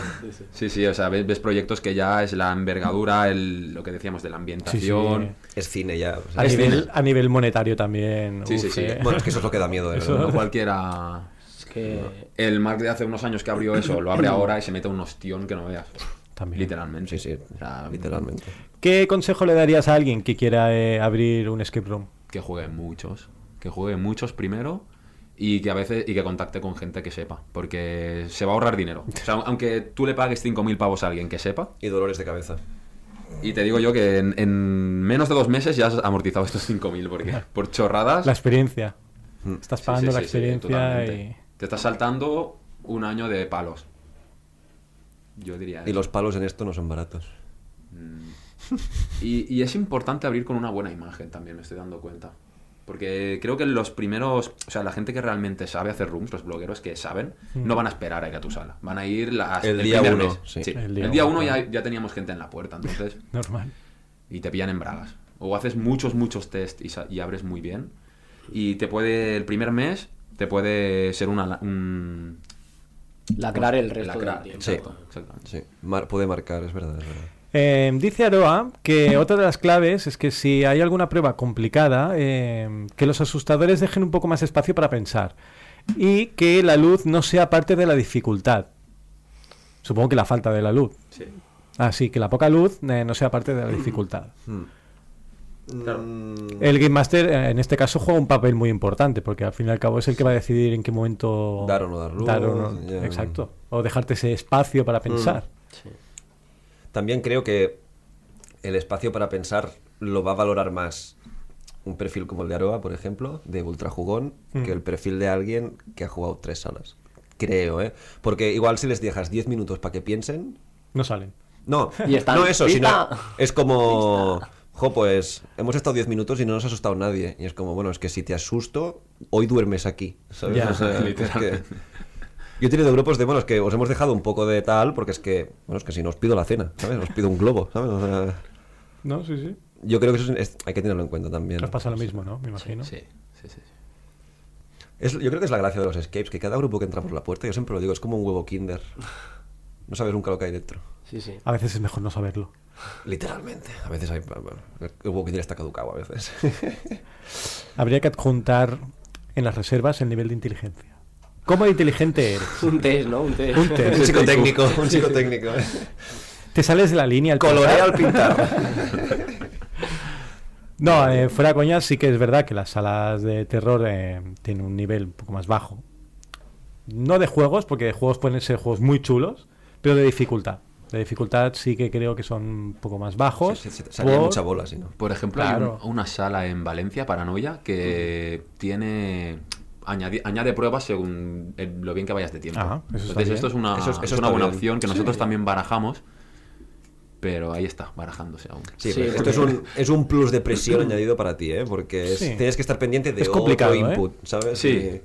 S4: Sí, sí, o sea, ves, ves proyectos que ya es la envergadura, el, lo que decíamos de la ambientación.
S6: Es cine ya. o sea,
S2: A nivel, a nivel monetario también.
S4: Sí, sí,
S2: uf,
S4: sí.
S2: eh.
S6: Bueno, es que eso es lo que da miedo, de
S4: No
S6: verdad.
S4: cualquiera.
S5: Es que.
S4: El Mark de hace unos años que abrió eso, lo
S2: (coughs)
S4: abre ahora y se mete un ostión que no veas.
S2: (laughs) También.
S4: Literalmente.
S6: Sí, sí,
S4: O sea,
S6: literalmente.
S2: ¿Qué consejo le darías a alguien que quiera eh, abrir un escape room?
S4: Que juegue muchos. Que juegue muchos primero y que a veces y que contacte con gente que sepa. Porque se va a ahorrar dinero. O sea, aunque tú le pagues 5.000 pavos a alguien que sepa,
S6: Y dolores de cabeza.
S4: Y te digo yo que en, en menos de dos meses ya has amortizado estos 5.000, porque por chorradas...
S2: La experiencia. Estás
S6: Mm.
S4: Sí, sí,
S2: pagando
S4: sí,
S2: la
S4: sí,
S2: experiencia
S4: totalmente.
S2: y.
S4: Te estás saltando un año de palos. Yo diría...
S6: Y los palos en esto no son baratos.
S4: Y, y es importante abrir con una buena imagen también, me estoy dando cuenta. Porque creo que los primeros, o sea, la gente que realmente sabe hacer rooms, los blogueros que saben, no van a esperar a ir a tu sala. Van a ir las-
S6: El día
S4: primer
S6: uno,
S4: mes.
S6: sí.
S4: El día, uno ya, ya teníamos gente en la puerta, entonces...
S2: Normal.
S4: y te pillan en bragas. O haces muchos, muchos test y, sa- y abres muy bien. Y te puede, el primer mes, te puede ser una, la- un...
S5: Lacrar el resto
S4: lacra-
S5: del tiempo.
S4: Exacto, exactamente.
S6: Sí. Mar- puede marcar, es verdad, es verdad.
S2: Eh, dice Aroa que otra de las claves es que si hay alguna prueba complicada, eh, que los asustadores dejen un poco más espacio para pensar y que la luz no sea parte de la dificultad. Supongo que la falta de la luz.
S4: Sí.
S2: Así que la poca luz eh, no sea parte de la dificultad.
S6: Mm.
S4: Claro.
S2: El Game Master eh, en este caso juega un papel muy importante porque al fin y al cabo es el que va a decidir en qué momento
S6: Dar o no dar luz,
S2: o no-
S6: ya. Mm.
S2: Exacto. O dejarte ese espacio para pensar.
S6: También creo que el espacio para pensar lo va a valorar más un perfil como el de Aroa, por ejemplo, de ultrajugón, que el perfil de alguien que ha jugado tres salas. Creo, ¿eh? Porque igual si les dejas 10 minutos para que piensen,
S2: No salen.
S6: No,
S5: Y están,
S6: no eso, sino
S5: "Pista".
S6: es como, jo, pues hemos estado 10 minutos y no nos ha asustado nadie. Y es como, bueno, es que si te asusto, hoy duermes aquí. ¿sabes?
S2: Ya,
S6: O sea, es que-
S4: (laughs) literalmente.
S6: Yo he tenido grupos de, bueno, es que os hemos dejado un poco de tal, porque es que, bueno, es que si no os pido la cena, ¿sabes? Os pido un globo, ¿sabes? O sea,
S2: No, sí, sí.
S6: yo creo que eso es- es- hay que tenerlo en cuenta también.
S2: Nos pasa lo mismo, ¿no? Me imagino.
S4: Sí, sí, sí.
S6: Es- yo creo que es la gracia de los escapes, que cada grupo que entra por la puerta, yo siempre lo digo, es como un huevo kinder. No sabes nunca lo que hay dentro.
S5: Sí, sí. (laughs)
S2: A veces es mejor no saberlo.
S6: Literalmente. A veces hay... Bueno, el huevo kinder está caducado a veces.
S2: Habría que adjuntar en las reservas el nivel de inteligencia. ¿Cómo de inteligente eres?
S5: Un test, ¿no? Un test.
S2: Un
S5: (laughs)
S2: test.
S6: Un psicotécnico, un psicotécnico.
S2: ¿Te sales de la línea? al
S6: Colorea
S2: pensar?
S6: al pintar.
S2: (laughs) No, eh, fuera coña, sí que es verdad que las salas de terror eh, tienen un nivel un poco más bajo. No de juegos, porque de juegos pueden ser juegos muy chulos, pero de dificultad. De dificultad sí que creo que son un poco más bajos.
S6: Se, se- se haría
S2: por-
S6: mucha bola, si no.
S4: Por ejemplo,
S2: Claro.
S4: hay un- una sala en Valencia, Paranoia, que tiene... Añade, añade pruebas según el- lo bien que vayas de tiempo.
S2: Ajá, eso está
S4: Entonces,
S2: bien.
S4: esto es una,
S6: Eso es- eso
S4: es
S6: está
S4: una buena
S6: bien.
S4: opción que nosotros también barajamos, pero ahí está, barajándose aún.
S6: Sí,
S5: Sí,
S6: pero esto es un, es un plus de presión añadido para ti, ¿eh? Porque es-
S2: Sí.
S6: tienes que estar pendiente de
S2: Es
S6: otro
S2: complicado, ¿eh?
S6: input, ¿sabes?
S4: Sí.
S6: Y-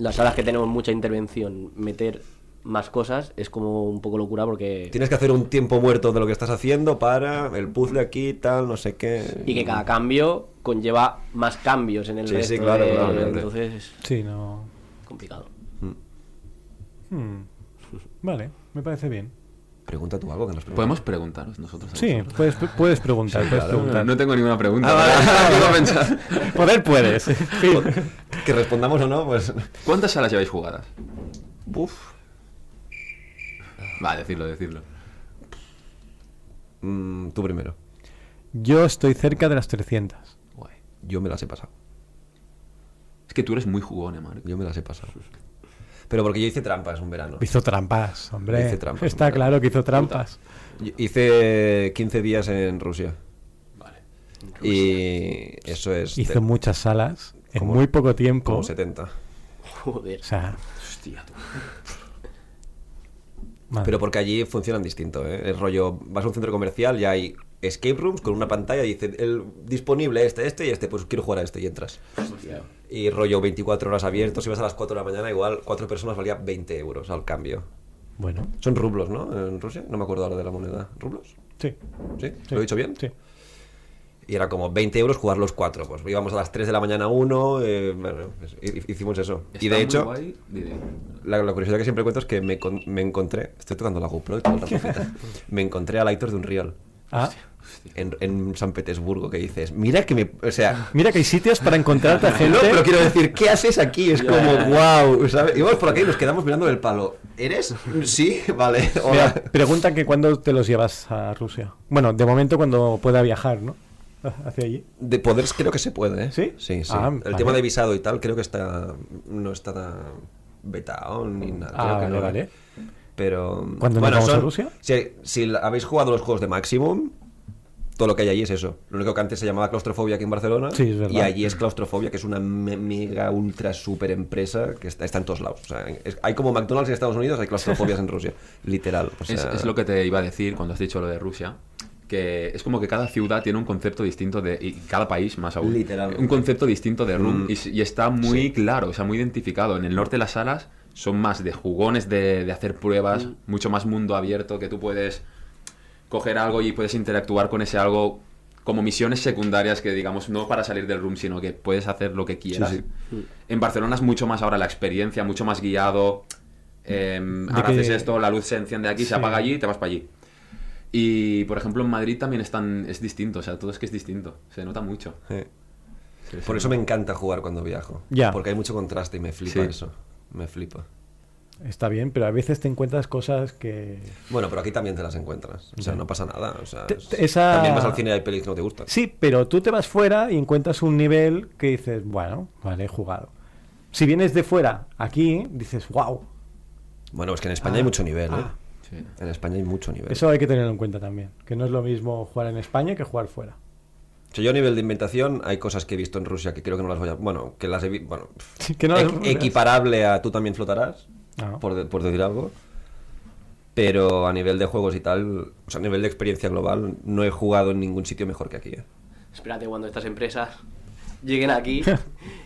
S5: Las salas que tenemos mucha intervención, meter más cosas es como un poco locura porque.
S6: Tienes que hacer un tiempo muerto de lo que estás haciendo para el puzzle aquí, tal, no sé qué.
S5: Y que cada cambio conlleva más cambios en el
S6: Sí, sí,
S5: resto.
S6: claro,
S5: de-
S6: claro,
S4: obviamente.
S5: Entonces es
S2: Sí, no.
S5: complicado. (laughs)
S2: Hmm. Vale, me parece bien.
S6: Pregunta tú algo que nos preguntes.
S4: Podemos preguntaros nosotros. a
S2: Sí,
S4: vosotros?
S2: puedes, puedes preguntar, puedes preguntar.
S4: No tengo ninguna pregunta.
S6: Ah, vale.
S4: (laughs) ¿verdad?
S6: (laughs)
S4: Iba a pensar.
S2: Poder (laughs) puedes. Fin.
S6: Que respondamos o no, pues...
S4: ¿Cuántas salas lleváis jugadas?
S6: Uf.
S4: Va, decirlo, decirlo.
S6: Mm, tú primero.
S2: Yo estoy cerca de las 300.
S4: Guay.
S6: Yo me las he pasado.
S4: Es que tú eres muy jugón, eh, Marc.
S6: Yo me las he pasado. Pero porque yo hice trampas un verano.
S2: Hizo trampas, hombre.
S6: Hice trampas,
S2: Está
S6: hombre.
S2: claro que hizo trampas.
S6: Yo Hice 15 días en Rusia. Y eso es...
S2: Hizo
S6: de-
S2: muchas salas en
S6: Como-
S2: muy poco tiempo.
S6: como 70.
S5: Joder.
S2: O sea,
S4: Hostia, tú.
S2: madre.
S6: Pero porque allí funcionan distinto, ¿eh? El rollo, vas a un centro comercial y hay escape rooms con una pantalla y dice, el disponible este, este y este, pues quiero jugar a este y entras. Y rollo 24 horas abiertos, si vas a las 4 de la mañana, igual cuatro personas valía 20 euros al cambio.
S2: bueno,
S6: Son rublos, ¿no? En Rusia, no me acuerdo ahora de la moneda. ¿Rublos?
S2: sí.
S6: ¿Sí?
S2: sí,
S6: ¿Lo he dicho bien?
S2: Sí.
S6: Y era como 20 euros jugar los cuatro. Pues íbamos a las 3 de la mañana uno, eh, bueno, pues, hi- hi- hicimos eso. y
S4: Está
S6: de
S4: muy
S6: hecho,
S4: guay, di, di.
S6: la, la curiosidad que siempre cuento es que me, con- me encontré, estoy tocando la GoPro y todo el rato (laughs) feta. me encontré al Aitor de un Riol
S2: Ah,
S6: en, en San Petersburgo que dices, mira que me, o (laughs) sea,
S2: mira que hay sitios para
S6: (laughs)
S2: encontrarte a gente.
S6: no, pero quiero decir, ¿qué haces aquí? Es
S5: Ya,
S6: como,
S5: ya,
S6: wow, ¿sabes? Íbamos por aquí y nos quedamos mirando el palo. ¿Eres? Sí, vale,
S2: Mira,
S6: hola.
S2: preguntan que cuándo te los llevas a Rusia. Bueno, de momento cuando pueda viajar, ¿no? Hacia allí.
S6: De poder creo que se puede, ¿eh?
S2: ¿Sí?
S6: Sí, sí.
S2: Ah,
S6: el
S2: vale.
S6: tema de visado y tal creo que está no está vetado ni nada.
S2: Ah,
S6: creo
S2: vale,
S6: que no.
S2: vale.
S6: Pero...
S2: ¿Cuándo nos vamos a Rusia?
S6: Si, si la- habéis jugado los juegos de Maximum, todo lo que hay allí es eso. Lo único que antes se llamaba claustrofobia aquí en Barcelona.
S2: Sí, es verdad.
S6: Y allí es claustrofobia, que es una me- mega, ultra, super empresa que está, está en todos lados. O sea, es- hay como McDonald's en Estados Unidos, hay claustrofobias en Rusia. (laughs) Literal. o sea-
S4: Es, es lo que te iba a decir cuando has dicho lo de Rusia. Que es como que cada ciudad tiene un concepto distinto de. Y cada país, más aún.
S6: Literal.
S4: Un concepto distinto de room.
S6: Mm.
S4: Y, s- y está muy claro, o sea, muy identificado. En el norte las salas son más de jugones de, de hacer pruebas,
S6: Mm.
S4: mucho más mundo abierto, que tú puedes coger algo y puedes interactuar con ese algo como misiones secundarias que digamos no para salir del room sino que puedes hacer lo que quieras
S6: Sí,
S4: en Barcelona es mucho más ahora la experiencia mucho más guiado
S6: Mm.
S4: em,
S2: De
S4: ahora
S2: que-
S4: haces esto la luz se enciende aquí
S2: Sí.
S4: se apaga allí y te vas para allí y por ejemplo en Madrid también es, tan- es distinto o sea todo es que es distinto se nota mucho
S6: Sí.
S4: Se- se
S6: Por eso
S4: nota.
S6: me encanta jugar cuando viajo.
S2: Ya.
S6: Porque hay mucho contraste y me flipa
S4: Sí.
S6: eso. Me flipa.
S2: Está bien, pero a veces te encuentras cosas que...
S6: Bueno, pero aquí también te las encuentras. O sea, no pasa nada. O sea,
S2: Te-
S6: es-
S2: te- esa-
S6: También vas al cine y hay pelis que no te gustan.
S2: Sí, pero tú te vas fuera y encuentras un nivel que dices, bueno, vale, he jugado. Si vienes de fuera, aquí, dices, wow.
S6: Bueno, es que en España hay mucho nivel, ¿eh?
S4: Sí.
S6: En España hay mucho nivel.
S2: Ah. Eso hay que tenerlo en cuenta también, que no es lo mismo jugar en España que jugar fuera. (laughs)
S6: O sea, yo a nivel de inventación hay cosas que he visto en Rusia que creo que no las voy a... Bueno, que las he visto... Bueno,
S2: Sí, que no las
S6: equ-
S2: volverás.
S6: equiparable a tú también flotarás,
S2: Ah.
S6: por, de- por decir algo. Pero a nivel de juegos y tal, o sea, a nivel de experiencia global, no he jugado en ningún sitio mejor que aquí. ¿eh?
S5: Espérate cuando estas empresas (laughs) lleguen aquí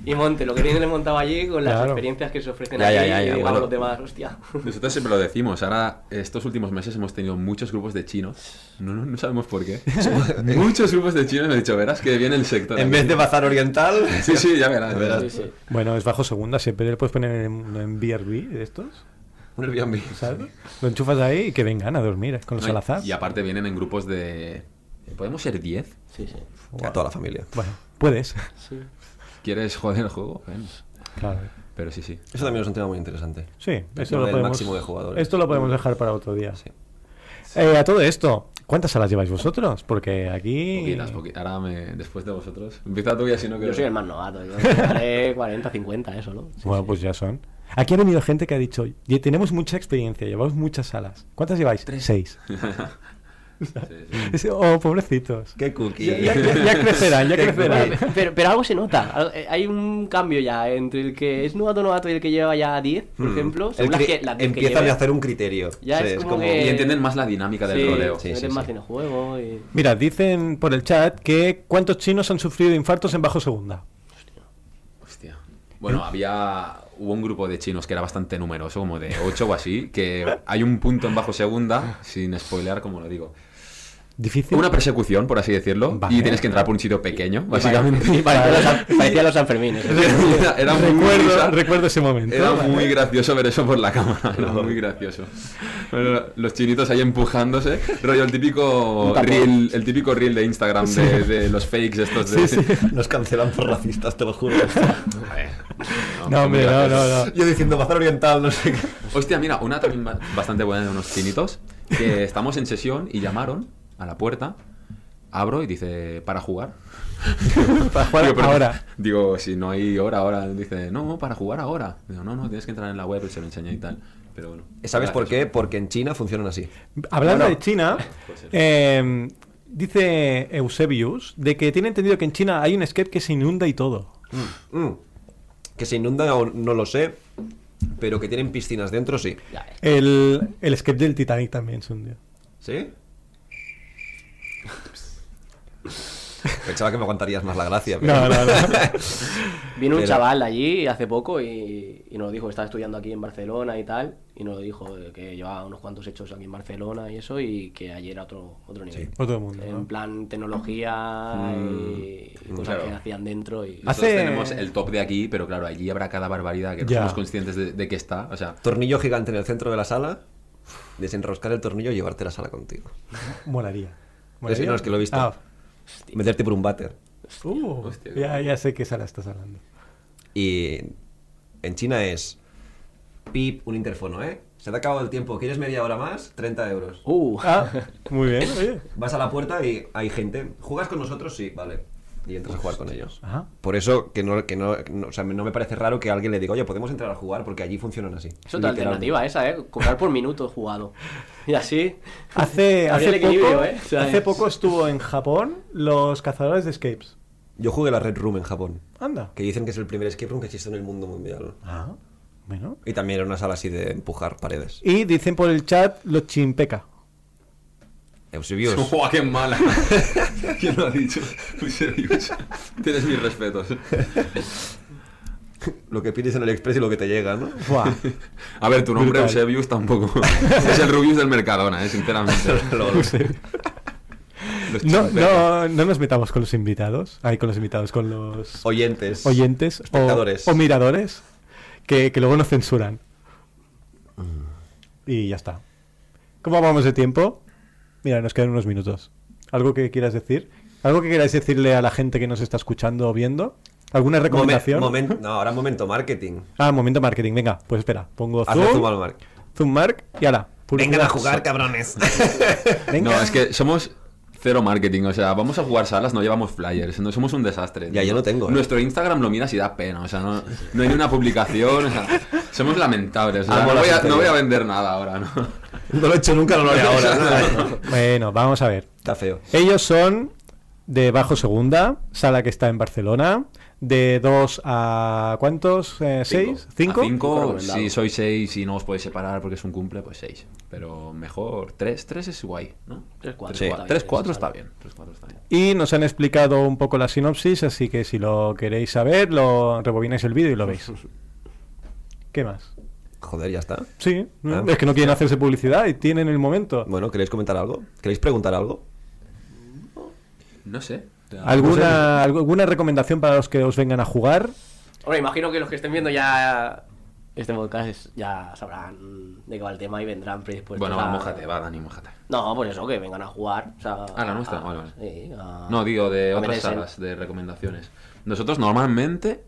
S5: y monten lo que tienen montado allí con las
S2: Claro.
S5: experiencias que se ofrecen
S6: Ya,
S5: aquí
S6: ya, ya,
S5: y
S6: ya,
S5: digan
S6: bueno.
S5: los demás, hostia.
S4: Nosotros siempre lo decimos, ahora estos últimos meses hemos tenido muchos grupos de chinos, no, no, no sabemos por qué, (laughs) muchos grupos de chinos me han dicho, verás que viene el sector.
S6: En
S4: aquí".
S6: vez de bazar oriental... (laughs)
S4: Sí, sí, ya verás. ya verás.
S5: Sí, sí.
S2: Bueno, es bajo segunda, siempre le puedes poner en, en BRB de estos,
S6: Un Airbnb.
S2: ¿sabes? Lo enchufas ahí y que vengan a dormir eh, con los
S4: No, y-
S2: alazas.
S4: Y aparte vienen en grupos de... ¿Podemos ser 10?
S5: Sí, sí.
S6: A toda la familia.
S2: Bueno, puedes.
S5: Sí.
S4: ¿Quieres joder el juego? Ven.
S2: Claro.
S4: Pero sí, sí.
S6: Eso también es un tema muy interesante.
S2: Sí, esto
S6: No,
S2: lo
S6: el
S2: podemos,
S6: máximo de jugadores.
S2: Esto lo podemos dejar para otro día.
S6: Sí.
S2: Eh, a todo esto, ¿cuántas salas lleváis vosotros? Porque aquí...
S4: Poquitas, poquitas. Ahora me- después de vosotros. Empieza tú y así no
S5: Yo
S4: quiero...
S5: soy el más novato, yo haré 40, 50, eso, ¿no? Sí,
S2: Bueno,
S5: sí.
S2: pues ya son. Aquí ha venido gente que ha dicho, "Ye- tenemos mucha experiencia, llevamos muchas salas. ¿Cuántas lleváis? Seis.
S4: Sí, sí.
S2: Ese- (laughs) Oh, pobrecitos.
S6: Qué
S2: Ya,
S6: cookie.
S2: ya cre- ya crecerán, ya crecerán.
S5: Bueno, pe- pero, pero algo se nota. al- eh, Hay un cambio ya entre el que es novato novato y el que lleva ya 10, por ejemplo. según
S6: Mm. El
S5: las
S6: cri-
S5: que- las 10 que
S6: empiezan a
S5: lleves.
S6: hacer un criterio.
S5: Ya
S6: Sí,
S5: es como que-
S4: Y entienden más la dinámica del
S5: Sí,
S4: rodeo.
S6: Sí,
S5: se
S6: sí,
S5: meten más
S6: sí.
S5: en el juego.
S6: (laughs)
S5: Y...
S2: Mira, dicen por el chat que cuántos chinos han sufrido infartos en bajo segunda.
S4: Hostia.
S2: ¿Eh?
S4: Bueno, había... Hubo un grupo de chinos que era bastante numeroso, como de 8 o así, que hay un punto en bajo segunda, sin spoilear, como lo digo.
S2: Difícil.
S4: Una persecución, por así decirlo,
S2: Vale.
S4: y tienes que entrar por un sitio pequeño, básicamente.
S5: Parecía los, San- parecía los
S6: (laughs)
S5: Sanfermines. ¿eh?
S4: (laughs) Era, era muy
S2: recuerdo,
S4: bizarro.
S2: recuerdo ese momento.
S4: Era muy gracioso ver eso por la cámara, era muy gracioso. Bueno, los chinitos ahí empujándose, rollo el típico
S5: Un tapón.
S4: reel, el típico reel de Instagram de, de los fakes estos de...
S6: Nos cancelan por racistas, te lo juro.
S4: Joder,
S2: No, hombre,
S4: muy
S2: no,
S4: gracioso.
S2: no, no.
S6: Yo diciendo bazar oriental, no sé qué.
S4: Hostia, mira, una también ba- bastante buena de unos chinitos,
S2: (laughs)
S4: que estamos en sesión y llamaron a la puerta, abro y dice, para jugar.
S2: (laughs) Para jugar
S4: Digo, pero-
S2: ahora.
S4: Digo, si no hay hora, ahora. Dice, no, para jugar ahora. Digo, no, no, tienes que entrar en la web y se lo enseña y tal. Pero bueno.
S6: ¿Sabes por qué?
S4: gracioso.
S6: Porque en China funcionan así.
S2: Hablando
S6: Bueno.
S2: de China,
S4: Puede ser.
S2: eh, dice Eusebius de que tiene entendido que en China hay un skate que se inunda y todo.
S6: Mm. Que se inunda o no lo sé, pero que tienen piscinas dentro, sí.
S5: Ya ves.
S2: El, el skate del Titanic también se hundió.
S6: ¿Sí? Pensaba que me aguantarías más la gracia. pero-
S2: No, no, no.
S6: (laughs)
S5: Vino un
S6: Pero-
S5: chaval de allí hace poco y, y nos dijo, estaba estudiando aquí en Barcelona y tal, y nos dijo eh, que llevaba unos cuantos hechos aquí en Barcelona y eso, y que ayer era otro, otro nivel.
S2: Otro mundo.
S5: En
S2: ¿no?
S5: plan tecnología y,
S6: Mm.
S5: y cosas
S4: Claro.
S5: que hacían dentro y...
S2: Ah,
S4: Nosotros
S2: Hace-
S4: tenemos el top de aquí, pero claro, allí habrá cada barbaridad que no
S2: Ya.
S4: somos conscientes de, de que está. O sea,
S6: Tornillo gigante en el centro de la sala, desenroscar el tornillo y llevarte la sala contigo.
S2: Molaría.
S6: Es- no, es que lo he visto.
S2: Ah.
S6: Meterte por un váter.
S2: Uh,
S4: Hostia, qué
S2: ya, ya sé qué sala estás
S6: (laughs)
S2: hablando.
S6: Y en China es pip, un interfono, ¿eh? Se te ha acabado el tiempo, ¿quieres media hora más? 30 euros.
S5: Uh,
S2: Ah, muy bien, oye.
S6: Vas a la puerta y hay gente. ¿Jugas con nosotros? Sí, vale. Y entras a jugar con ellos.
S2: Ajá.
S6: Por eso que no, que no, no- o sea, no me parece raro que alguien le diga, oye, podemos entrar a jugar porque allí funcionan así.
S5: es otra
S6: Literalmente.
S5: alternativa esa, ¿eh? Cobrar por minuto jugado. Y así...
S2: Hace,
S5: (laughs) Habría
S2: hace,
S5: el equilibrio,
S2: poco,
S5: ¿eh? O sea,
S2: hace
S5: es-
S2: poco estuvo en Japón los cazadores de escapes.
S6: Yo jugué la Red Room en Japón,
S2: Anda.
S6: que dicen que es el primer escape room que existe en el mundo mundial.
S2: Ah, bueno.
S6: Y también era una sala así de empujar paredes.
S2: Y dicen por el chat los chimpeca.
S6: Eusebius.
S4: (laughs) ¡guau, qué mala!
S2: (laughs)
S4: ¿Quién lo ha dicho? (laughs) Eusebius. Tienes mis respetos.
S2: (laughs)
S6: lo que pides en el Express y lo que te llega, ¿no? (laughs)
S2: Buah.
S4: A ver, tu nombre
S2: Brutal.
S4: Eusebius
S2: (laughs)
S4: tampoco. es el Rubius del Mercadona, eh, sinceramente. Los
S2: No,
S4: chimperas.
S2: no, no nos metamos con los invitados. Ay, con los invitados, con los
S6: Oyentes.
S2: oyentes
S6: espectadores.
S2: o, o miradores que, que luego nos censuran.
S6: Mm.
S2: Y ya está. ¿Cómo vamos de tiempo? Mira, nos quedan unos minutos. ¿Algo que quieras decir? ¿Algo que queráis decirle a la gente que nos está escuchando o viendo? ¿Alguna recomendación?
S6: Momen- momen- no, ahora momento marketing.
S2: Ah, momento marketing. Venga, pues espera. Pongo
S6: Hazle
S2: zoom,
S6: zoom al mar-
S2: zoom mark y ala.
S6: Vengan
S2: publicidad.
S6: a jugar, cabrones.
S2: Venga.
S4: No, es que somos cero marketing, o sea, vamos a jugar salas, no llevamos flyers, no somos un desastre.
S6: Ya,
S4: tío.
S6: yo no tengo, ¿eh?
S4: Nuestro Instagram lo miras y da pena, o sea, no, no hay ni una publicación, o sea, somos lamentables, o sea,
S6: Amo
S4: no,
S6: la
S4: voy a,
S6: sinceridad.
S4: no voy a vender nada ahora, ¿no?
S6: (laughs) No lo he hecho nunca, no lo haré ahora. ¿no?
S2: Bueno, vamos a ver.
S6: (laughs) Está feo.
S2: Ellos son de Bajo Segunda, sala que está en Barcelona, de 2 a... ¿cuántos? Eh, ¿Seis? ¿Cinco?
S4: A cinco,
S5: recomendado.
S4: si sois seis y no os podéis separar porque es un cumple, pues seis. Pero mejor, tres, tres es guay, ¿no?
S5: Tres, cuatro,
S4: Tres,
S5: está
S4: cua-
S5: bien,
S4: tres,
S5: eso
S4: cuatro
S5: está
S4: está bien. Tres, cuatro está bien.
S2: Y nos han explicado un poco la sinopsis, así que si lo queréis saber, lo rebobináis el vídeo y lo
S4: (laughs)
S2: veis. ¿Qué más?
S6: Joder, ya está.
S2: Sí,
S6: Ah.
S2: es que no quieren hacerse publicidad y tienen el momento.
S6: Bueno, ¿queréis comentar algo? ¿Queréis preguntar algo?
S4: No sé. o sea,
S2: ¿Alguna, ¿Alguna recomendación para los que os vengan a jugar?
S5: Ahora imagino que los que estén viendo ya este podcast es- ya sabrán de qué va el tema y vendrán predispuestos
S4: Bueno,
S5: a...
S4: va, mójate, va, Dani, mójate.
S5: No, por eso, que vengan a jugar. O sea,
S4: Ah, la nuestra, vale, vale.
S5: sí, a-
S4: No, digo, de
S5: a
S4: otras
S5: meterse en-
S4: salas, de recomendaciones. Nosotros normalmente,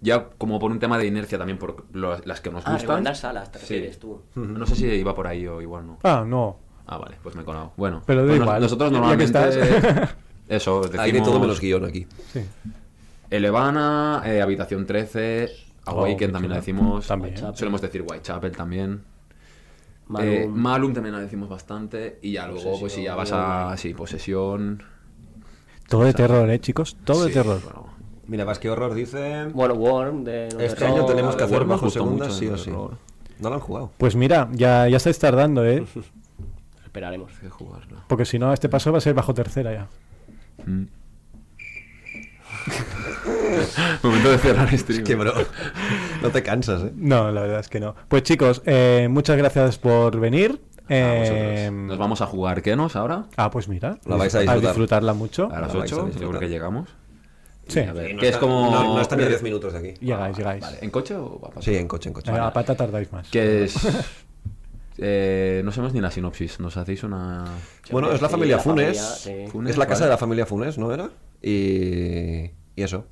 S4: ya como por un tema de inercia también, por lo- las que nos
S5: Ah,
S4: gustan.
S5: recomendar salas, te
S4: Sí. Eh,
S5: refieres tú.
S4: No sé si iba por ahí o igual no.
S2: Ah, no.
S4: Ah, vale, pues me he colado. Bueno,
S2: Pero da
S4: pues nos-
S2: igual,
S4: nosotros
S2: ya que
S4: normalmente.
S2: estás.
S4: (laughs) Eso,
S6: Hay de todo
S4: decimos
S6: menos guión aquí.
S2: Sí.
S4: Elevana, eh, Habitación 13, Awaken
S2: qué
S4: también
S2: chula.
S4: la decimos.
S2: También.
S4: Solemos decir Whitechapel también.
S5: Malum.
S4: Eh, Malum también la decimos bastante. Y ya luego, pues si ya vas a. Sí, posesión.
S2: Todo de terror, ¿eh, chicos? Todo de
S4: Sí,
S2: terror.
S4: bueno.
S6: Mira, Vasque Horror dice...
S5: Bueno, Worm de... los
S6: Este
S5: de
S6: año
S5: Rock.
S6: tenemos
S4: a
S6: que
S4: Warner
S6: hacer
S4: me
S6: bajo
S4: gustó
S6: segunda
S4: mucho
S6: sí o
S4: el
S6: sí.
S4: Horror.
S6: No lo han jugado.
S2: Pues mira, ya, ya estáis tardando,
S4: (laughs)
S2: ¿eh?
S5: Esperaremos.
S4: Hay que jugarlo.
S2: Porque si no, este paso va a ser bajo tercera ya.
S4: Mm. (laughs) Momento de cerrar stream.
S6: Es que, bro, (laughs) no te cansas, ¿eh?
S2: No, la verdad es que no. Pues chicos, eh, muchas gracias por venir.
S4: A
S2: Eh,
S4: vosotros. Nos vamos a jugar Kenos ahora.
S2: ah, pues mira,
S6: La vais a disfrutar.
S2: disfrutarla mucho.
S4: A las
S6: la vais a
S4: 8, yo
S6: disfrutar.
S4: creo que llegamos.
S2: Sí,
S4: A ver,
S6: No
S4: que es
S6: está-
S4: como.
S6: No, no están ni a 10 minutos de aquí.
S2: llegáis, llegáis.
S4: Vale, ¿En coche o a pata?
S6: Sí, en coche, en coche.
S2: Eh, a pata tardáis más.
S6: (laughs)
S4: Que es. eh, no sabemos ni la sinopsis. Nos hacéis
S6: (laughs)
S4: una.
S6: Bueno, es la
S5: Sí,
S6: familia
S5: la
S6: Funes.
S5: familia, sí.
S4: Funes,
S6: es la casa
S4: vale.
S6: de la familia Funes, ¿no era? Y,
S2: (laughs)
S6: y eso.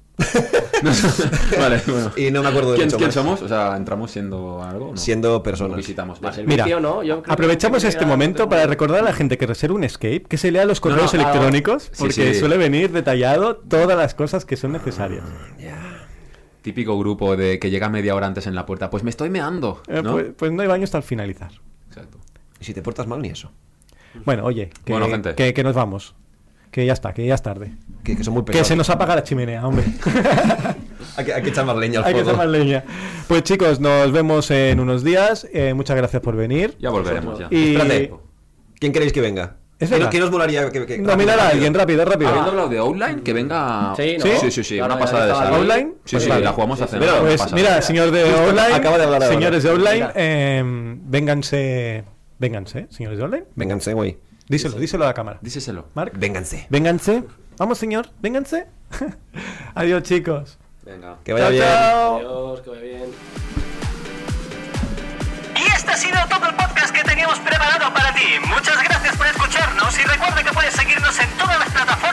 S4: vale, bueno.
S6: Y no me acuerdo de
S4: ¿Quién,
S6: mucho
S4: quién
S6: más.
S4: somos? O sea, ¿entramos siendo algo? o no?
S6: Siendo personas.
S4: Nos visitamos.
S5: De
S4: Vale.
S5: servicio,
S2: Mira,
S5: ¿no? Yo creo que
S2: aprovechamos
S5: no
S2: este
S5: tengo
S2: momento
S5: nada,
S2: para
S5: no tengo-
S2: recordar a la gente que reserva un escape, que se lea los correos
S4: no, claro.
S2: electrónicos,
S4: Sí,
S2: porque
S4: sí.
S2: suele venir detallado todas las cosas que son necesarias.
S4: Típico grupo de que llega media hora antes en la puerta. Pues me estoy meando.
S2: Eh,
S4: ¿no?
S2: Pues, pues no hay baño hasta el finalizar.
S4: Exacto.
S6: Y si te portas mal, ni eso.
S2: Bueno, oye, que,
S4: Bueno, gente.
S2: que- que nos vamos. Que ya está, que ya es tarde.
S6: Que, que son muy
S2: Que
S6: pesados.
S2: se nos apaga la chimenea,
S6: (laughs)
S2: hombre.
S6: Hay, que, hay que echar más leña
S2: (laughs)
S6: al
S2: Hay que
S6: fuego.
S2: hacer más leña. Pues chicos, nos vemos en unos días. Eh, muchas gracias por venir.
S4: Ya volveremos ya.
S2: Y
S6: Espérate. ¿Quién queréis que venga?
S2: Es
S6: ¿Qué,
S2: verdad.
S6: qué nos molaría que, Ah. que-
S2: Nominar a alguien, rápido, rápido.
S4: Habiendo hablado de Outline, que venga.
S5: Sí, ¿no?
S4: sí, sí, sí, una
S5: Claro, ya
S4: pasada de
S5: estaba
S4: esa.
S5: ahí.
S2: ¿Outline?
S4: Sí,
S2: Pues
S4: sí,
S2: vale.
S4: la jugamos a
S6: Pues
S4: cenar.
S6: mira,
S4: una
S2: Pues
S4: pasada.
S2: mira, señor de
S6: Justo
S2: online,
S6: acaba de hablar ahora.
S2: señores de online,
S5: Mira.
S2: eh, vénganse, vénganse, señores de online.
S6: Vénganse, güey.
S2: Díselo, díselo a la cámara.
S4: Díseselo.
S2: Marc,
S6: Vénganse.
S2: vénganse. Vamos, señor, vénganse. (laughs) Adiós, chicos.
S4: Venga.
S6: Que vaya bien.
S2: chao.
S5: Adiós, que vaya bien.
S1: Y este ha sido todo el podcast que teníamos preparado para ti. Muchas gracias por escucharnos y recuerda que puedes seguirnos en todas las plataformas.